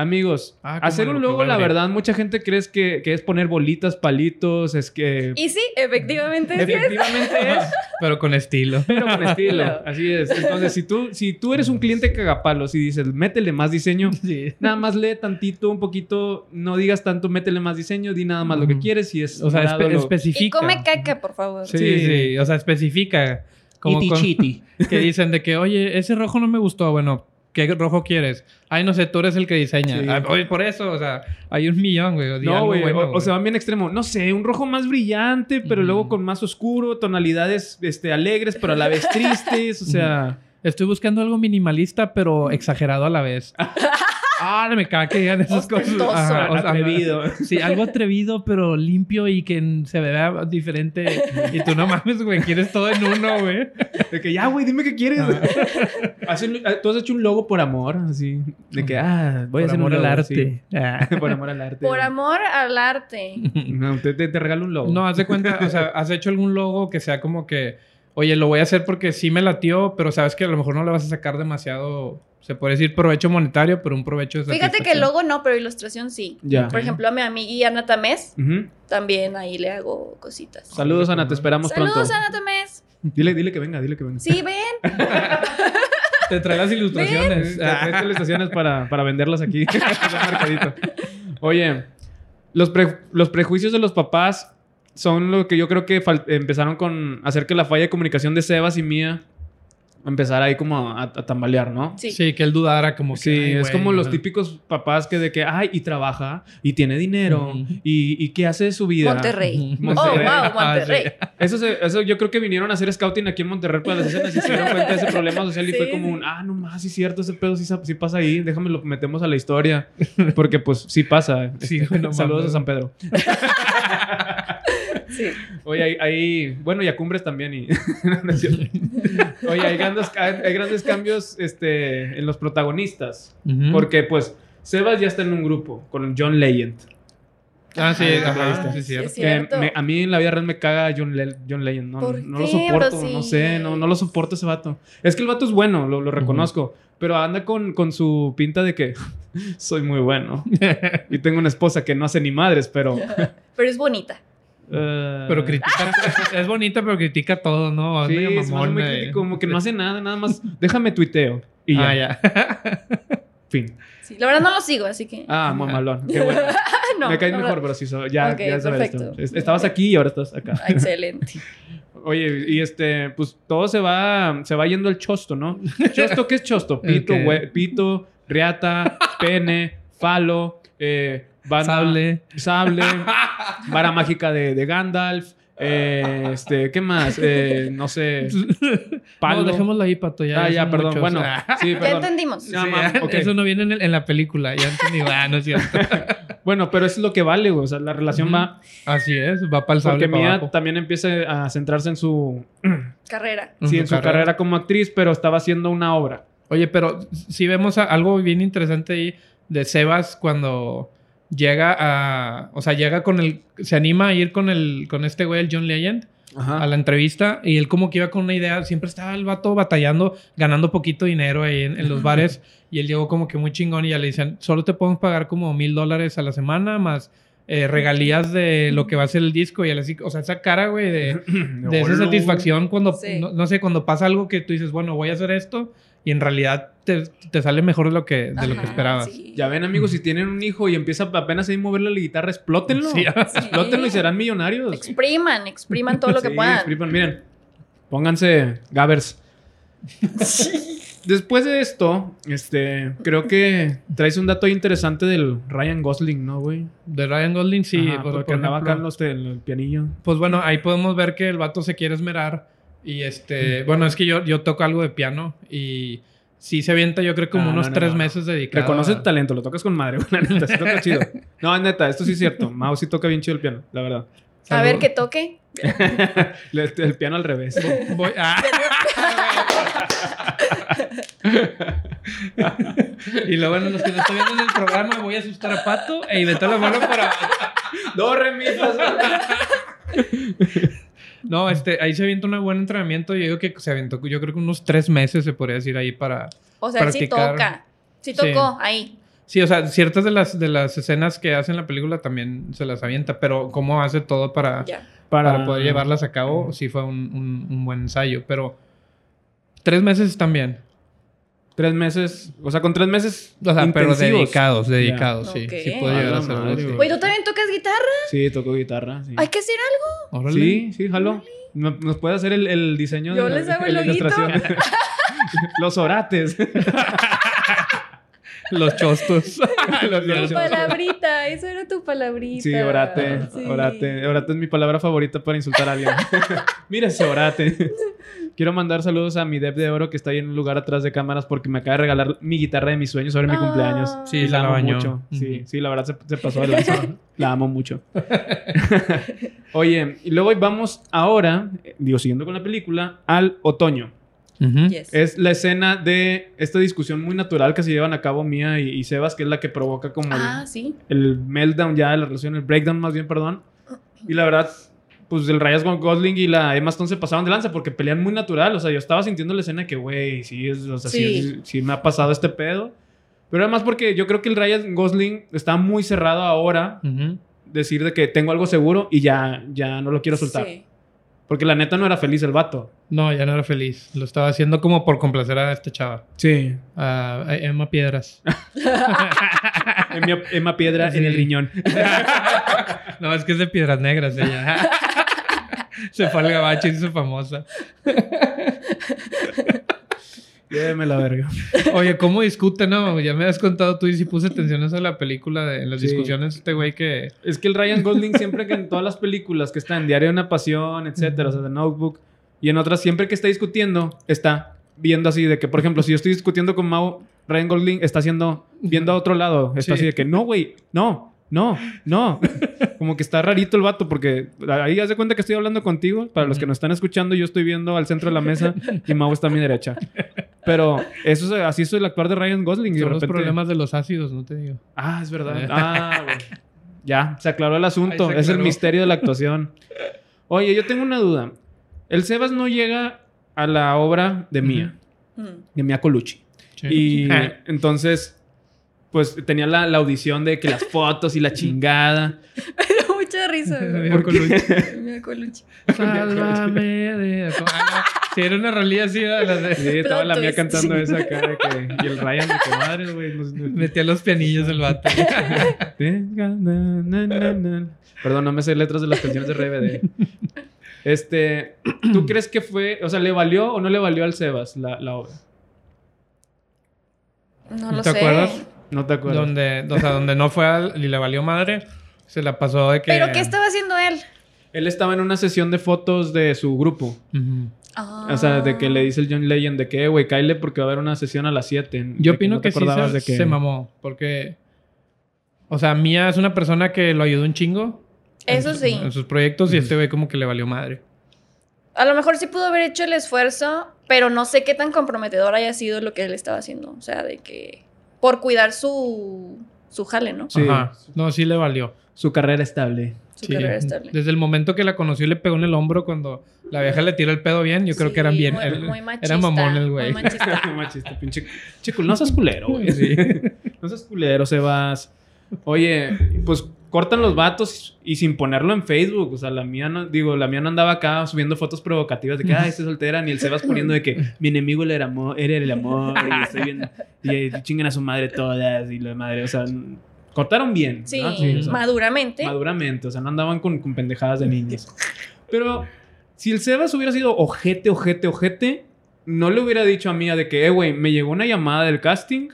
S1: Amigos,
S2: Ah, como
S1: hacer
S2: lo
S1: un
S2: que
S1: logo,
S2: va a
S1: la
S2: abrir.
S1: verdad, mucha gente cree que, que es poner bolitas, palitos, es que...
S3: y sí, efectivamente. sí es.
S1: Efectivamente es,
S2: Pero con estilo.
S1: pero con estilo.
S3: Claro.
S1: Así es. Entonces, si tú, si tú eres un cliente cagapalos y dices, métele más diseño,
S2: Sí.
S1: nada más lee tantito, un poquito, no digas tanto, métele más diseño, di nada más lo que
S2: Ujú.
S1: quieres y es...
S2: O sea, espe-
S1: morado lo-
S2: especifica.
S3: Y come caca, por favor.
S2: Sí,
S1: Sí.
S2: sí, O sea, especifica. Como con- que dicen de que, oye, ese rojo no me gustó. Bueno, ¿qué rojo quieres? Ay, no sé, tú eres el que diseña.
S1: Sí.
S2: Ah, oye, por eso, o sea, hay un millón, güey. di
S1: No,
S2: algo
S1: güey. Mm.
S2: bueno,
S1: o- o,
S2: güey.
S1: se van bien extremo. No sé, un rojo más brillante, pero
S2: Ujú.
S1: luego con más oscuro, tonalidades este, alegres, pero a la vez tristes. O sea.
S2: Estoy buscando algo minimalista, pero exagerado a la vez. ah, me caga que digan esas cosas.
S3: Ostentoso.
S1: Ah,
S2: Ajá, o sea,
S1: atrevido.
S2: Sí, algo atrevido, pero limpio y que se vea diferente. Y tú no mames, güey, quieres todo en uno, güey.
S1: De que ya, güey, dime qué quieres. Haz un- ah, Tú has hecho un logo por amor, así. De que, ah, voy a
S2: Por
S1: hacer
S2: amor
S1: un
S2: al
S1: logo,
S2: arte. Ah.
S1: sí. por amor al arte. Ah.
S3: Por amor al arte.
S1: No, te, te, te regalo un logo.
S2: No, haz de cuenta, o sea, has hecho algún logo que sea como que, oye, lo voy a hacer porque sí me latió, pero sabes que a lo mejor no le vas a sacar demasiado, se puede decir provecho monetario, pero un provecho de
S3: Fíjate que el logo no, pero ilustración sí.
S1: Ya.
S3: Por ejemplo, a mi amiga Ana Tamés,
S1: Ujú.
S3: también ahí le hago cositas.
S1: Saludos, Ana, te esperamos
S3: Saludos,
S1: pronto.
S3: Ana Tamés.
S1: Dile, dile que venga, dile que venga.
S3: Sí, ven.
S2: Te trae las
S1: Sí,
S2: ilustraciones.
S1: te
S2: Ah,
S1: aprecio las estaciones para, para venderlas aquí. en el mercadito. Oye, los, pre- los prejuicios de los papás son lo que yo creo que fal- empezaron con hacer que la falla de comunicación de Sebas y mía empezara ahí como a, a tambalear, ¿no?
S3: Sí.
S2: Sí, que él dudara como que...
S1: Sí,
S2: ay,
S1: es
S2: güey,
S1: como los
S2: ajá.
S1: típicos papás que de que, ay, y trabaja, y tiene dinero,
S2: Ujú.
S1: y, y qué hace de su vida.
S3: Monterrey.
S2: Ujú.
S1: Oh,
S3: Oh,
S1: Monterrey.
S3: wow,
S2: Ah,
S3: Monterrey.
S2: sí.
S1: Eso, se- eso yo creo que vinieron a hacer scouting aquí en Monterrey para las escenas y se dieron cuenta de ese problema social y
S3: Sí,
S1: fue como
S3: sí.
S1: un, ah, no más, sí es cierto, ese pedo sí, sa- sí pasa ahí, déjame lo metemos a la historia, porque pues sí pasa.
S2: Sí,
S1: Este,
S2: güey, no
S1: Saludos
S2: mames.
S1: a San Pedro.
S3: Sí.
S1: Oye, hay, hay- bueno, y a Cumbres también. Y, no es cierto. Oye, hay grandes, hay, hay grandes cambios este, en los protagonistas,
S2: Ujú.
S1: porque pues Sebas ya está en un grupo con John Legend.
S2: Ah, sí,
S1: Ah,
S2: ajá,
S1: sí,
S2: sí,
S3: es
S2: cierto.
S1: Que
S3: Cierto.
S1: em, me- a mí en la vida real me caga John, Le- John Legend. No,
S3: ¿Por
S1: no lo
S3: qué, Pues
S1: soporto,
S3: Rosy?
S1: no sé, no, no lo soporto ese vato. Es que el vato es bueno, lo, lo reconozco. Pero anda con, con su pinta de que soy muy bueno. y tengo una esposa que no hace ni madres, pero. eh,
S3: Pero es bonita.
S2: Pero critica, es bonita, pero critica todo, ¿no? Es
S1: Sí,
S2: medio
S1: se me hace
S2: mamón, eh.
S1: muy
S2: güey.
S1: crítico, como que no hace nada, nada más. Déjame tuiteo. Y ya,
S2: Ah, ya.
S1: fin.
S3: Sí, La verdad no lo sigo, así que.
S1: Ah, mamalón. Qué bueno.
S3: no,
S1: me caes
S3: la
S1: mejor,
S3: verdad.
S1: pero sí, so- ya,
S3: Ok,
S1: ya sabes esto.
S3: perfecto.
S1: Es- Estabas aquí y ahora estás acá.
S3: Excelente.
S1: Oye, y este, pues todo se va, se va yendo al chosto, ¿no? ¿Chosto qué es chosto? Pito,
S2: Ok.
S1: hue- pito, riata, pene, falo, eh, banda-
S2: Sable.
S1: sable, vara mágica de, de Gandalf, eh, este, ¿qué más? Eh, no sé, palo.
S2: No, dejémoslo ahí, Pato. Ya,
S1: ah, ya,
S2: son
S1: perdón,
S2: muchos.
S1: bueno,
S2: Ah.
S1: sí,
S3: Ya
S1: perdón.
S3: entendimos.
S1: No,
S2: Sí,
S1: mam,
S2: ya,
S1: ok.
S2: Eso no viene en, el- en la película. Ya entendí. Ah, no es cierto.
S1: Bueno, pero eso es lo que vale, güey. O sea, la relación
S2: Ujú.
S1: va.
S2: Así es, va para
S1: Porque
S2: el sable para
S1: Mia
S2: abajo.
S1: también empieza a centrarse en su.
S3: Carrera.
S1: Sí, en su carrera. como actriz, pero estaba haciendo una obra.
S2: Oye, pero si vemos a- algo bien interesante ahí de Sebas cuando llega a... O sea, llega con el... Se anima a ir con el con este güey, el John Legend, a
S1: Ajá.
S2: la entrevista. Y él como que iba con una idea. Siempre estaba el vato batallando, ganando poquito dinero ahí en, en los bares. Y él llegó como que muy chingón y ya le decían, solo te podemos pagar como mil dólares a la semana más... eh, regalías de lo que va a ser el disco y él así, o sea, esa cara, güey, de de esa
S1: Hola.
S2: satisfacción cuando,
S3: Sí.
S2: no, no sé, cuando pasa algo que tú dices, bueno, voy a hacer esto y en realidad te, te sale mejor de lo que, de lo que
S3: Ajá,
S2: esperabas.
S3: sí.
S1: Ya ven, amigos, si tienen un hijo y empieza apenas ahí a moverle la guitarra, explótenlo.
S2: Sí.
S3: Sí.
S1: Explótenlo y serán millonarios.
S3: Expriman, expriman todo lo que
S1: Sí,
S3: puedan.
S1: expriman. Miren, pónganse gabbers. Después de esto, este, creo que traes un dato interesante del Ryan Gosling, ¿no, güey?
S2: De Ryan Gosling, sí,
S1: Ajá,
S2: pues,
S1: porque
S2: por
S1: andaba acá en
S2: ejemplo,
S1: los- en el pianillo.
S2: pues bueno, ahí podemos ver que el vato se quiere esmerar y este, bueno, es que yo, yo toco algo de piano y sí se avienta yo creo como
S1: Ah, No,
S2: unos
S1: no, no,
S2: tres
S1: no.
S2: meses dedicado.
S1: Reconoce
S2: a-
S1: el talento, lo tocas con madre, güey, la neta, sí toca chido. No, neta, esto sí es cierto. Mao sí toca bien chido el piano, la verdad.
S3: A ver
S2: Salud.
S3: que toque.
S1: Le- El, piano al revés.
S2: Voy- ah. y luego, bueno, los que no están viendo en el programa, voy a asustar a Pato e inventar la mano para...
S1: Dos remisas.
S2: No, este, ahí se avienta un buen entrenamiento. Yo digo que se aventó, yo creo que unos tres meses se podría decir ahí para.
S3: O sea, sí
S2: Practicar.
S3: toca. Sí
S2: Sí.
S3: tocó, ahí.
S2: Sí, o sea, ciertas de las, de las escenas que hace en la película también se las avienta, pero cómo hace todo
S1: Ah.
S2: para,
S3: Ya.
S1: Para,
S2: para poder llevarlas a cabo, sí fue un, un- un buen ensayo. Pero tres meses también.
S1: Tres meses. O sea, con tres meses.
S2: O sea, pero
S1: intensivos.
S2: dedicados, dedicados, sí.
S3: Ok. Pues,
S2: Sí puede
S1: A
S2: llegar
S1: la
S2: a ser algo
S1: madre,
S2: así.
S1: güey.
S3: Güey, ¿tú también tocas guitarra?
S1: Sí, tocó guitarra. Sí,
S3: Hay que hacer algo.
S2: Órale.
S1: sí, sí, jalo. No- ¿Nos puede hacer el, el diseño
S3: Yo
S1: la-
S3: les hago el
S1: la
S3: loguito.
S1: ilustración? Los orates.
S2: Los chostos. Los-
S3: Tu palabrita, eso era tu palabrita.
S1: Sí, orate,
S3: Sí.
S1: orate. Orate es mi palabra favorita para insultar a alguien. Mira ese orate. Quiero mandar saludos a mi dev de oro que está ahí en un lugar atrás de cámaras porque me acaba de regalar mi guitarra de mis sueños sobre mi
S3: Ah.
S1: cumpleaños.
S2: Sí,
S1: Y
S2: se la
S1: amo
S2: bañó.
S1: mucho. Sí,
S2: Ujú.
S1: sí, la verdad se, se pasó de lanza. la amo mucho. Oye, y luego vamos ahora, eh, digo, siguiendo con la película, al otoño.
S2: Ujú.
S3: Yes.
S1: Es la escena de esta discusión muy natural que se llevan a cabo Mía y, y Sebas, que es la que provoca como el-
S3: Ah, sí.
S1: el meltdown ya de la relación, el breakdown más bien, perdón. Y la verdad, pues el Ryan Gosling y la Emma Stone se pasaban de lanza porque pelean muy natural. O sea, yo estaba sintiendo la escena que, güey, sí, es, o sea, sí.
S3: Sí.
S1: es- sí me ha pasado este pedo. Pero además porque yo creo que el Ryan Gosling está muy cerrado ahora.
S2: Ujú.
S1: Decir de que tengo algo seguro y ya, ya no lo quiero soltar.
S3: Sí.
S1: Porque la neta no era feliz el vato.
S2: No, ya no era feliz. Lo estaba haciendo como por complacer a esta chava.
S1: Sí.
S2: a a Emma Piedras.
S1: Emma, Emma Piedra en el
S2: Sí.
S1: riñón.
S2: No, es que es de Piedras Negras ella. se fue al gabacho y se hizo famosa.
S1: Lléveme la verga.
S2: Oye, ¿cómo discute? No, ya me has contado tú y si puse atención a eso de la película, de, en las
S1: Sí.
S2: discusiones este güey que...
S1: Es que el Ryan Gosling siempre que en todas las películas que está en Diario de una Pasión, etcétera, o sea, The Notebook, y en otras, siempre que está discutiendo, está viendo así de que, por ejemplo, si yo estoy discutiendo con Mao, Ryan Gosling está haciendo, viendo a otro lado, está
S2: Sí.
S1: así de que, no, güey, no, no, no. Como que está rarito el vato, porque ahí haz de cuenta que estoy hablando contigo, para los que nos están escuchando, yo estoy viendo al centro de la mesa y Mao está a mi derecha. Pero eso es, así es el actuar de Ryan Gosling. Y de
S2: Son los
S1: repente,
S2: problemas de los ácidos, no te digo.
S1: Ah, es verdad.
S2: Eh.
S1: Ah, güey. Ya, se aclaró el asunto.
S2: Ahí se
S1: Es el
S2: aclaró.
S1: misterio de la actuación. Oye, yo tengo una duda. El Sebas no llega a la obra de Mía,
S3: Mm.
S1: de Mía Colucci. Y
S2: Ah.
S1: entonces, pues tenía la, la audición de que las fotos y la chingada.
S3: Me da mucha risa. güey.
S2: Mira, con Luis.
S3: Me da coluche.
S2: Sálvame de... Ah, no. Sí, era una realidad así, ¿verdad? La de-
S1: Sí, estaba la
S3: Plot
S1: Mía
S3: twist.
S1: cantando esa acá de que. Y el Ryan de que madre, güey. no sé, no-
S2: Metía los pianillos el vato.
S1: Perdón, no me sé letras de las canciones de RBD. Este, ¿tú crees que fue, o sea, le valió o no le valió al Sebas la, la obra?
S3: No lo
S2: ¿Te
S3: sé.
S2: acuerdas?
S1: No te acuerdas.
S2: donde, o sea, donde no fue al- y le valió madre, se la pasó de que...
S3: ¿Pero qué estaba haciendo él?
S1: Él estaba en una sesión de fotos de su grupo.
S2: Ujú.
S1: O sea, de que le dice el John Legend de que, "Eh, güey, cáele porque va a haber una sesión a las 7.
S2: Yo opino que,
S1: te
S2: sí se,
S1: acordabas de
S2: se mamó, porque O sea, Mia es una persona que lo ayudó un chingo. en
S3: Ah. Eso
S2: su-
S3: sí.
S2: En sus proyectos y este güey como que le valió madre.
S3: A lo mejor sí pudo haber hecho el esfuerzo, pero no sé qué tan comprometedor haya sido lo que él estaba haciendo. O sea, de que. Por cuidar su. Su jale, ¿no?
S1: Sí.
S2: Ajá. No, sí le valió.
S1: Su carrera estable.
S3: Su
S2: Sí.
S3: carrera estable.
S2: Desde el momento que la conoció le pegó en el hombro cuando la vieja le tiró el pedo bien. Yo creo
S3: Sí,
S2: que eran bien.
S3: Muy,
S2: él-
S3: muy machista.
S2: era mamón el güey.
S3: Muy machista.
S1: Machista, este pinche- Chico, no seas culero, güey.
S2: Sí.
S1: No seas culero, Sebas. Oye, pues cortan los vatos y sin ponerlo en Facebook. O sea, la mía no, digo, la mía no andaba acá subiendo fotos provocativas de que, ay, estoy soltera, ni el Sebas poniendo de que mi enemigo era el amor, era el amor, y estoy bien, y, eh, chinguen a su madre todas, y la madre, o sea, n- cortaron bien.
S3: Sí,
S1: ¿no? o sea,
S3: maduramente.
S1: maduramente, o sea, no andaban con, con pendejadas de niños. Pero si el Sebas hubiera sido ojete, ojete, ojete, no le hubiera dicho a Mía de que, eh, güey, me llegó una llamada del casting,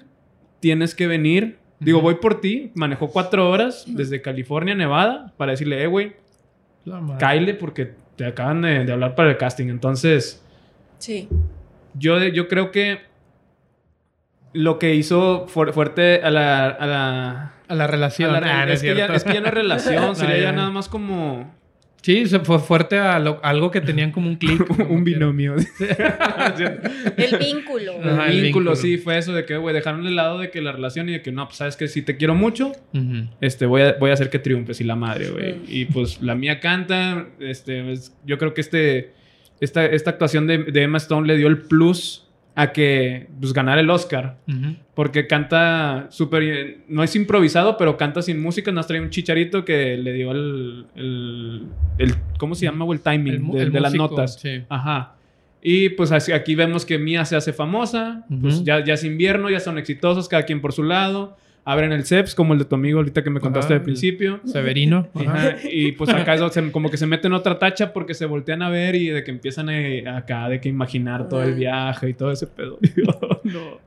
S1: tienes que venir. Digo,
S2: Ujú.
S1: voy por ti. Manejó cuatro horas desde California, Nevada, para decirle, eh, güey,
S2: La madre.
S1: cáile porque te acaban de, de hablar para el casting. Entonces,
S3: Sí.
S1: yo, yo creo que lo que hizo fuer- fuerte a la- a la
S2: A la relación.
S1: a la
S2: Ah,
S1: re-
S2: no
S1: es, que ya,
S2: cierto.
S1: es que ya no es relación,
S2: No,
S1: sería
S2: ya
S1: ya
S2: no.
S1: nada más como
S2: Sí, se fue fuerte a lo- algo que tenían como un clic. como
S1: un
S2: que-
S1: binomio.
S3: El vínculo.
S1: el,
S2: Ajá, el
S1: vínculo,
S2: vínculo.
S1: sí, fue eso de que, güey, dejaron de lado de que la relación y de que, no, pues sabes que si te quiero mucho,
S2: Ujú.
S1: este, voy a, voy a hacer que triunfes y la madre, güey.
S3: Mm.
S1: Y pues la mía canta, este, es- yo creo que este, esta, esta actuación de, de Emma Stone le dio el plus a que, pues, ganara el Oscar.
S2: Ujú.
S1: Porque canta súper... No es improvisado, pero canta sin música. Nos trae un chicharito que le dio el... el, el- ¿Cómo se llama? güey? El timing
S2: El mu-
S1: de,
S2: el
S1: de las
S2: músico,
S1: notas.
S2: Sí.
S1: Ajá. Y pues así- aquí vemos que Mia se hace famosa. Pues
S2: Ujú.
S1: ya, ya es invierno, ya son exitosos, cada quien por su lado. Abren el CEPS, como el de tu amigo ahorita que me contaste
S2: Ajá.
S1: al principio.
S2: Severino. Ajá.
S1: Ajá, Y pues acá es donde se- como que se meten otra tacha porque se voltean a ver y de que empiezan eh, acá, de que imaginar todo el
S3: Mm.
S1: viaje y todo ese pedo. Y yo, no.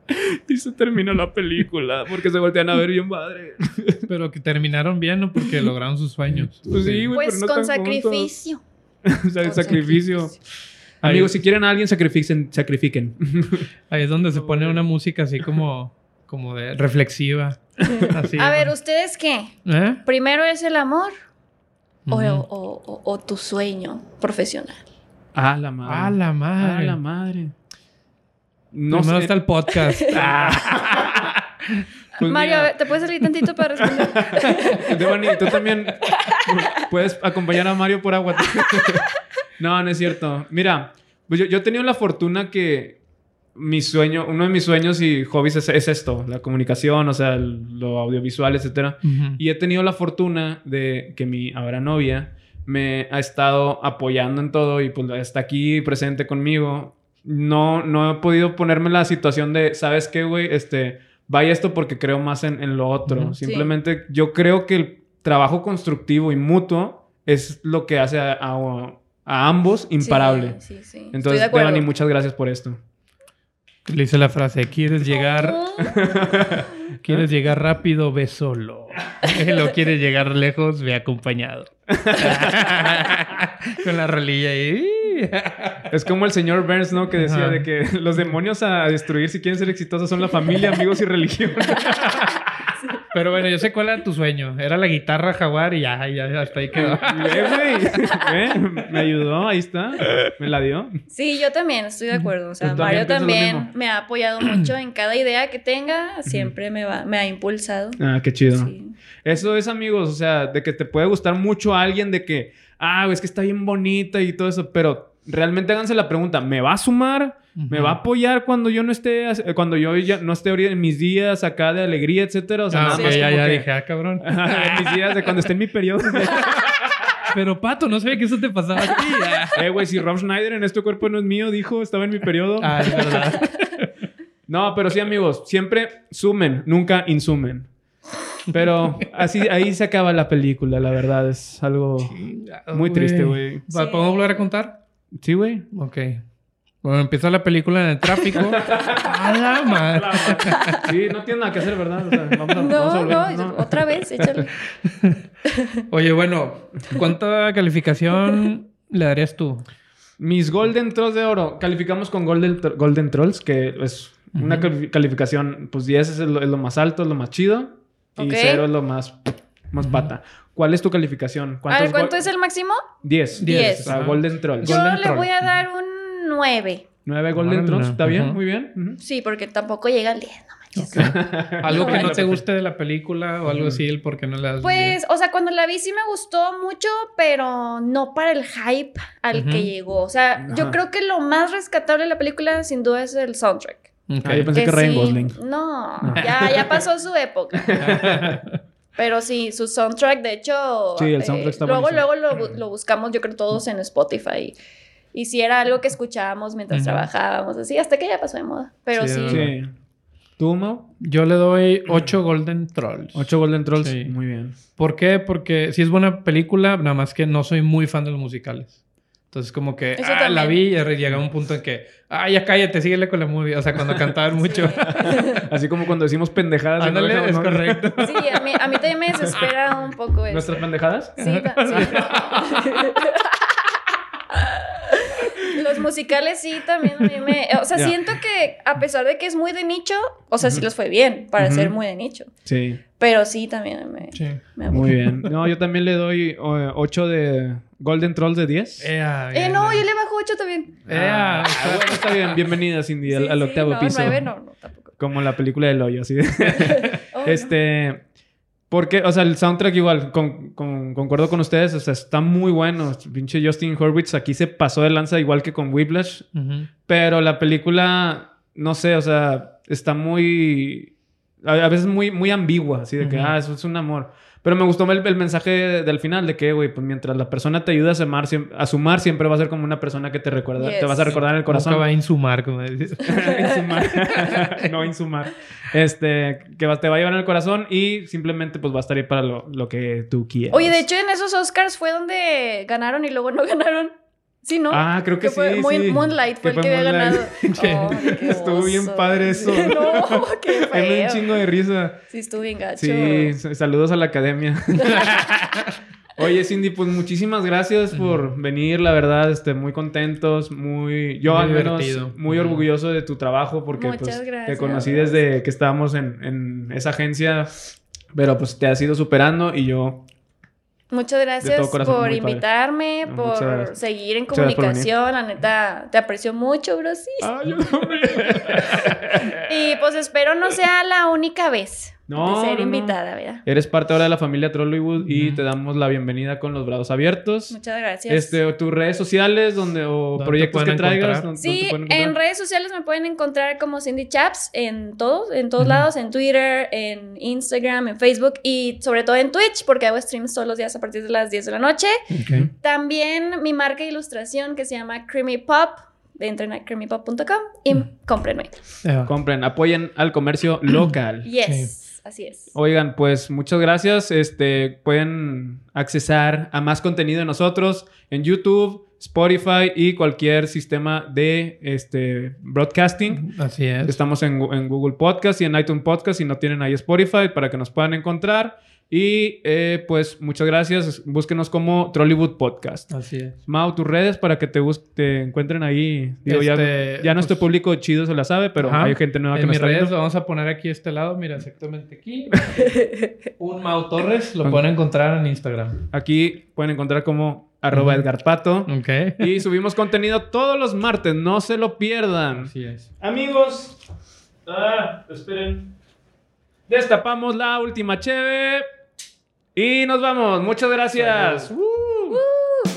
S1: Y se termina la película porque se voltean a ver bien madre.
S2: Pero que terminaron bien, ¿no? Porque lograron sus sueños.
S1: Pues sí, güey,
S3: Pues
S1: pero no
S3: con
S1: tan juntos.
S3: sacrificio.
S1: O sea, el
S3: Con
S1: sacrificio. Amigos, si quieren a alguien, sacrificen. sacrifiquen.
S2: Ahí es donde se
S1: No,
S2: pone
S1: güey.
S2: una música así como, como de reflexiva. Así,
S3: A ver,
S2: ¿no?
S3: ¿ustedes qué?
S2: ¿Eh?
S3: ¿Primero es el amor o,
S2: Ujú.
S3: o- o- o tu sueño profesional?
S1: A la madre.
S2: A la
S1: A
S2: madre.
S1: Ah. la madre.
S2: No
S1: No
S2: Primero
S1: sé.
S2: está el podcast.
S1: Pues
S3: Mario,
S1: mira.
S3: a ver, ¿te puedes salir tantito para responder?
S1: Devani, tú también puedes acompañar a Mario por agua. no, no es cierto. Mira, pues yo, yo he tenido la fortuna que mi sueño, uno de mis sueños y hobbies es, es esto, la comunicación, o sea, el- lo audiovisual, etcétera.
S2: Ujú.
S1: Y he tenido la fortuna de que mi ahora novia me ha estado apoyando en todo y pues está aquí presente conmigo. No, no he podido ponerme en la situación de, ¿sabes qué, güey? Este, vaya esto porque creo más en, en lo otro.
S2: Ujú.
S3: Sí.
S1: Simplemente yo creo que el trabajo constructivo y mutuo es lo que hace a, a- a ambos imparable.
S3: Sí, sí, sí. Estoy de
S1: Entonces,
S3: acuerdo.
S1: Devani, muchas gracias por esto.
S2: Le hice la frase, ¿quieres llegar,
S3: Mm,
S2: quieres llegar rápido, ve solo. Lo quieres llegar lejos, ve acompañado. Con la rolilla ahí.
S1: Es como el señor Burns, ¿no? Que decía
S2: Ajá.
S1: de que los demonios a destruir si quieren ser exitosos son la familia, amigos y religión.
S2: Pero bueno, yo sé cuál era tu sueño. Era la guitarra jaguar y ya, ya, hasta ahí quedó.
S1: Ve, güey. Ve, Me ayudó, ahí está. Me la dio.
S3: Sí, yo también estoy de acuerdo. O sea,
S1: Yo también
S3: Mario
S1: pienso lo
S3: también
S1: mismo.
S3: me ha apoyado mucho en cada idea que tenga. Siempre me, va, me ha impulsado.
S1: Ah, qué chido.
S3: Sí.
S1: Eso es, amigos, o sea, de que te puede gustar mucho a alguien, de que, ah, es que está bien bonita y todo eso, pero realmente háganse la pregunta, ¿me va a sumar? ¿Me va a apoyar cuando yo no esté, eh, cuando yo ya no esté ahorita en mis días acá de alegría, etcétera? O sea,
S2: Ah,
S1: nada
S2: ok,
S1: más
S2: ya,
S1: como
S2: ya
S1: que-
S2: dije, ah, cabrón.
S1: en mis días de cuando esté en mi periodo.
S2: Pero Pato, no sabía que eso te pasaba a ti. Ah,
S1: eh, güey, si Rob Schneider en este cuerpo no es mío, dijo, estaba en mi periodo.
S2: Ah, es verdad.
S1: No, pero sí, amigos, siempre sumen, nunca insumen. Pero así, ahí se acaba la película, la verdad. Es algo muy triste, güey.
S2: Va,
S3: Sí.
S2: ¿Podemos volver a contar?
S1: Sí, güey.
S2: Ok. Bueno, empieza la película en el tráfico. a la madre.
S1: Sí, no tiene nada que hacer, ¿verdad? O sea, vamos a, vamos a
S3: No, no,
S1: volver,
S3: otra vez, échale.
S2: Oye, bueno, ¿cuánta calificación le darías tú?
S1: Mis Golden Trolls de oro. Calificamos con Golden, Tro- Golden Trolls, que es una
S2: Ujú.
S1: califi- calificación, pues 10 es lo, es lo más alto, es lo más chido. Y
S3: Ok.
S1: cero es lo más, más
S2: Ujú.
S1: pata. ¿Cuál es tu calificación?
S3: A ver, ¿cuánto
S1: gol-
S3: es el máximo?
S1: 10.
S3: Diez.
S1: O sea, Golden Troll.
S3: Yo
S2: Golden
S3: le
S2: Troll.
S3: voy a dar un 9.
S1: 9 Golden
S2: Órale.
S1: Trolls. ¿Está bien?
S2: Ajá.
S1: Muy bien. Ujú.
S3: Sí, porque tampoco llega al 10, no manches.
S2: Algo que no
S3: Bueno.
S2: te guste de la película o algo así, el por qué no le das un diez.
S3: Pues, o sea, cuando la vi sí me gustó mucho, pero no para el hype al
S2: Ujú.
S3: que llegó. O sea,
S1: Ajá.
S3: yo creo que lo más rescatable de la película sin duda es el soundtrack.
S2: Ok.
S1: Ah, yo pensé que, Ryan
S3: sí-
S1: Gosling. Ah.
S3: No,
S1: No.
S3: Ya, ya pasó su época. Pero sí, su soundtrack, de hecho. eh,
S1: Sí, el soundtrack está
S3: Luego,
S1: buenísimo.
S3: luego lo, bu- lo buscamos, yo creo, todos en Spotify. Y si era algo que escuchábamos mientras
S2: Ujú.
S3: trabajábamos, así, hasta que ya pasó de moda. Pero
S2: Sí,
S3: sí.
S2: de verdad.
S1: Sí. ¿Tú, Mau?
S2: Yo le doy 8 Golden Trolls.
S1: 8 Golden Trolls.
S2: Sí.
S1: Muy bien.
S2: ¿Por qué? Porque sí es buena película, nada más que no soy muy fan de los musicales. Entonces, como que
S3: Eso
S2: ah, la
S3: también.
S2: vi y llega un punto en que, ah, ya cállate, síguele con la movie. O sea, cuando cantaban mucho.
S1: Así como cuando decimos pendejadas. y no
S2: Ándale,
S1: dejamos-
S2: es
S1: ¿no?
S2: correcto.
S3: Sí, a mí, a mí también me desespera un poco eso.
S1: ¿Nuestras pendejadas?
S3: Sí, ta- sí. Los musicales sí también a mí me... O sea,
S1: Ya.
S3: siento que a pesar de que es muy de nicho, o sea, sí
S1: Ujú.
S3: los fue bien para
S1: Ujú.
S3: ser muy de nicho.
S1: Sí.
S3: Pero sí también me...
S2: Sí.
S3: me aburre.
S1: Muy bien. No, yo también le doy 8 de Golden Trolls de 10.
S2: Ea,
S3: Eh,
S2: bien,
S3: no, yo
S2: bien.
S3: le bajo 8 también.
S2: Ea,
S1: Ah, bueno, está bien. Bienvenida, Cindy, al,
S3: Sí,
S1: al
S3: sí,
S1: octavo
S3: no,
S1: piso.
S3: nueve no, no, tampoco.
S1: Como la película del hoyo, así de-
S3: Oh, no.
S1: Este. Porque, o sea, el soundtrack igual, con, con- concuerdo con ustedes, o sea, está muy bueno. Pinche Justin Horwitz aquí se pasó de lanza igual que con Whiplash.
S2: Ujú.
S1: Pero la película, no sé, o sea, está muy. A, a veces muy, muy ambigua, así de que,
S2: Ujú.
S1: ah, eso es un amor. Pero me gustó el, el mensaje del final de que, güey, pues mientras la persona te ayuda a sumar, siem- a sumar, siempre va a ser como una persona que te recuerda, te
S3: Yes.
S1: vas a recordar en el corazón.
S2: Nunca va a insumar, como dices.
S1: insumar. no insumar. Este, que va- te va a llevar en el corazón y simplemente pues va a estar ahí para lo, lo que tú quieras.
S3: Oye, de hecho en esos Oscars fue donde ganaron y luego no ganaron. Sí, ¿no?
S1: Ah, creo que,
S3: Que fue
S1: sí,
S3: Moon-
S1: sí.
S3: Moonlight, fue el que
S1: fue
S3: había
S1: Moonlight.
S3: ganado.
S1: Que-
S3: Oh, qué
S1: estuvo bien
S3: oso.
S1: padre eso.
S3: no, qué
S1: Ay, me dio un
S3: feo.
S1: chingo de risa.
S3: Sí, estuvo bien gacho.
S1: Sí, sa- saludos a la academia. Oye, Cindy, pues muchísimas gracias por venir, la verdad, este, muy contentos, muy, yo
S2: Muy
S1: al menos
S2: divertido.
S1: muy
S2: Ujú.
S1: orgulloso de tu trabajo porque
S3: Muchas
S1: pues, te
S3: gracias.
S1: conocí desde que estábamos en, en esa agencia, pero pues te has ido superando y yo,
S3: Muchas
S1: De todo
S3: gracias
S1: corazón, muy
S3: por
S1: padre.
S3: invitarme,
S1: No,
S3: por
S1: muchas gracias.
S3: seguir en
S1: Muchas gracias por
S3: comunicación. La neta, te aprecio mucho, bro. Sí.
S1: ay, yo también.
S3: Y pues espero no sea la única vez
S1: Ah. No,
S3: de ser
S1: no, no.
S3: invitada, ¿verdad?
S1: Eres parte ahora de la familia Trollywood y
S2: Ujú.
S1: te damos la bienvenida con los brazos abiertos.
S3: Muchas gracias.
S1: Este, o tus redes sociales donde o
S2: ¿Dónde te
S1: proyectos que
S2: pueden
S1: traigas.
S2: encontrar?
S1: ¿dónde- dónde
S3: Sí,
S1: te pueden encontrar?
S3: en redes sociales me pueden encontrar como Cindy Chaps en todos, en todos
S2: Ujú.
S3: lados, en Twitter, en Instagram, en Facebook y sobre todo en Twitch, porque hago streams todos los días a partir de las 10 de la noche.
S2: Ok.
S3: También mi marca de ilustración que se llama Creamy Pop, entren a creamypop.com y
S1: Mm.
S3: cómprenme.
S2: Ea.
S1: Compren, apoyen al comercio local.
S3: Yes, así es.
S1: Oigan, pues muchas gracias. Este, pueden accesar a más contenido de nosotros en YouTube, Spotify y cualquier sistema de este, broadcasting.
S2: Así es.
S1: Estamos en, Gu- en Google Podcast y en iTunes Podcast si no tienen ahí Spotify para que nos puedan encontrar. Y eh, pues muchas gracias. Búsquenos como Trollywood Podcast.
S2: Así es.
S1: Mau, tus redes para que te, bus- te encuentren ahí. Digo, ya- ya,
S2: Este,
S1: nuestro
S2: pues-
S1: público chido se la sabe, pero
S2: Ajá.
S1: hay gente nueva que
S2: En
S1: nos
S2: mis
S1: está
S2: redes
S1: viendo.
S2: lo vamos a poner aquí a este lado, mira, exactamente aquí. Un Mau Torres lo pueden encontrar en Instagram.
S1: Aquí pueden encontrar como arroba
S2: Ujú.
S1: Edgar Pato.
S2: Ok.
S1: Y subimos contenido todos los martes, no se lo pierdan.
S2: Así es.
S1: Amigos, ah, esperen. Destapamos la última cheve y nos vamos. Muchas gracias. Uh.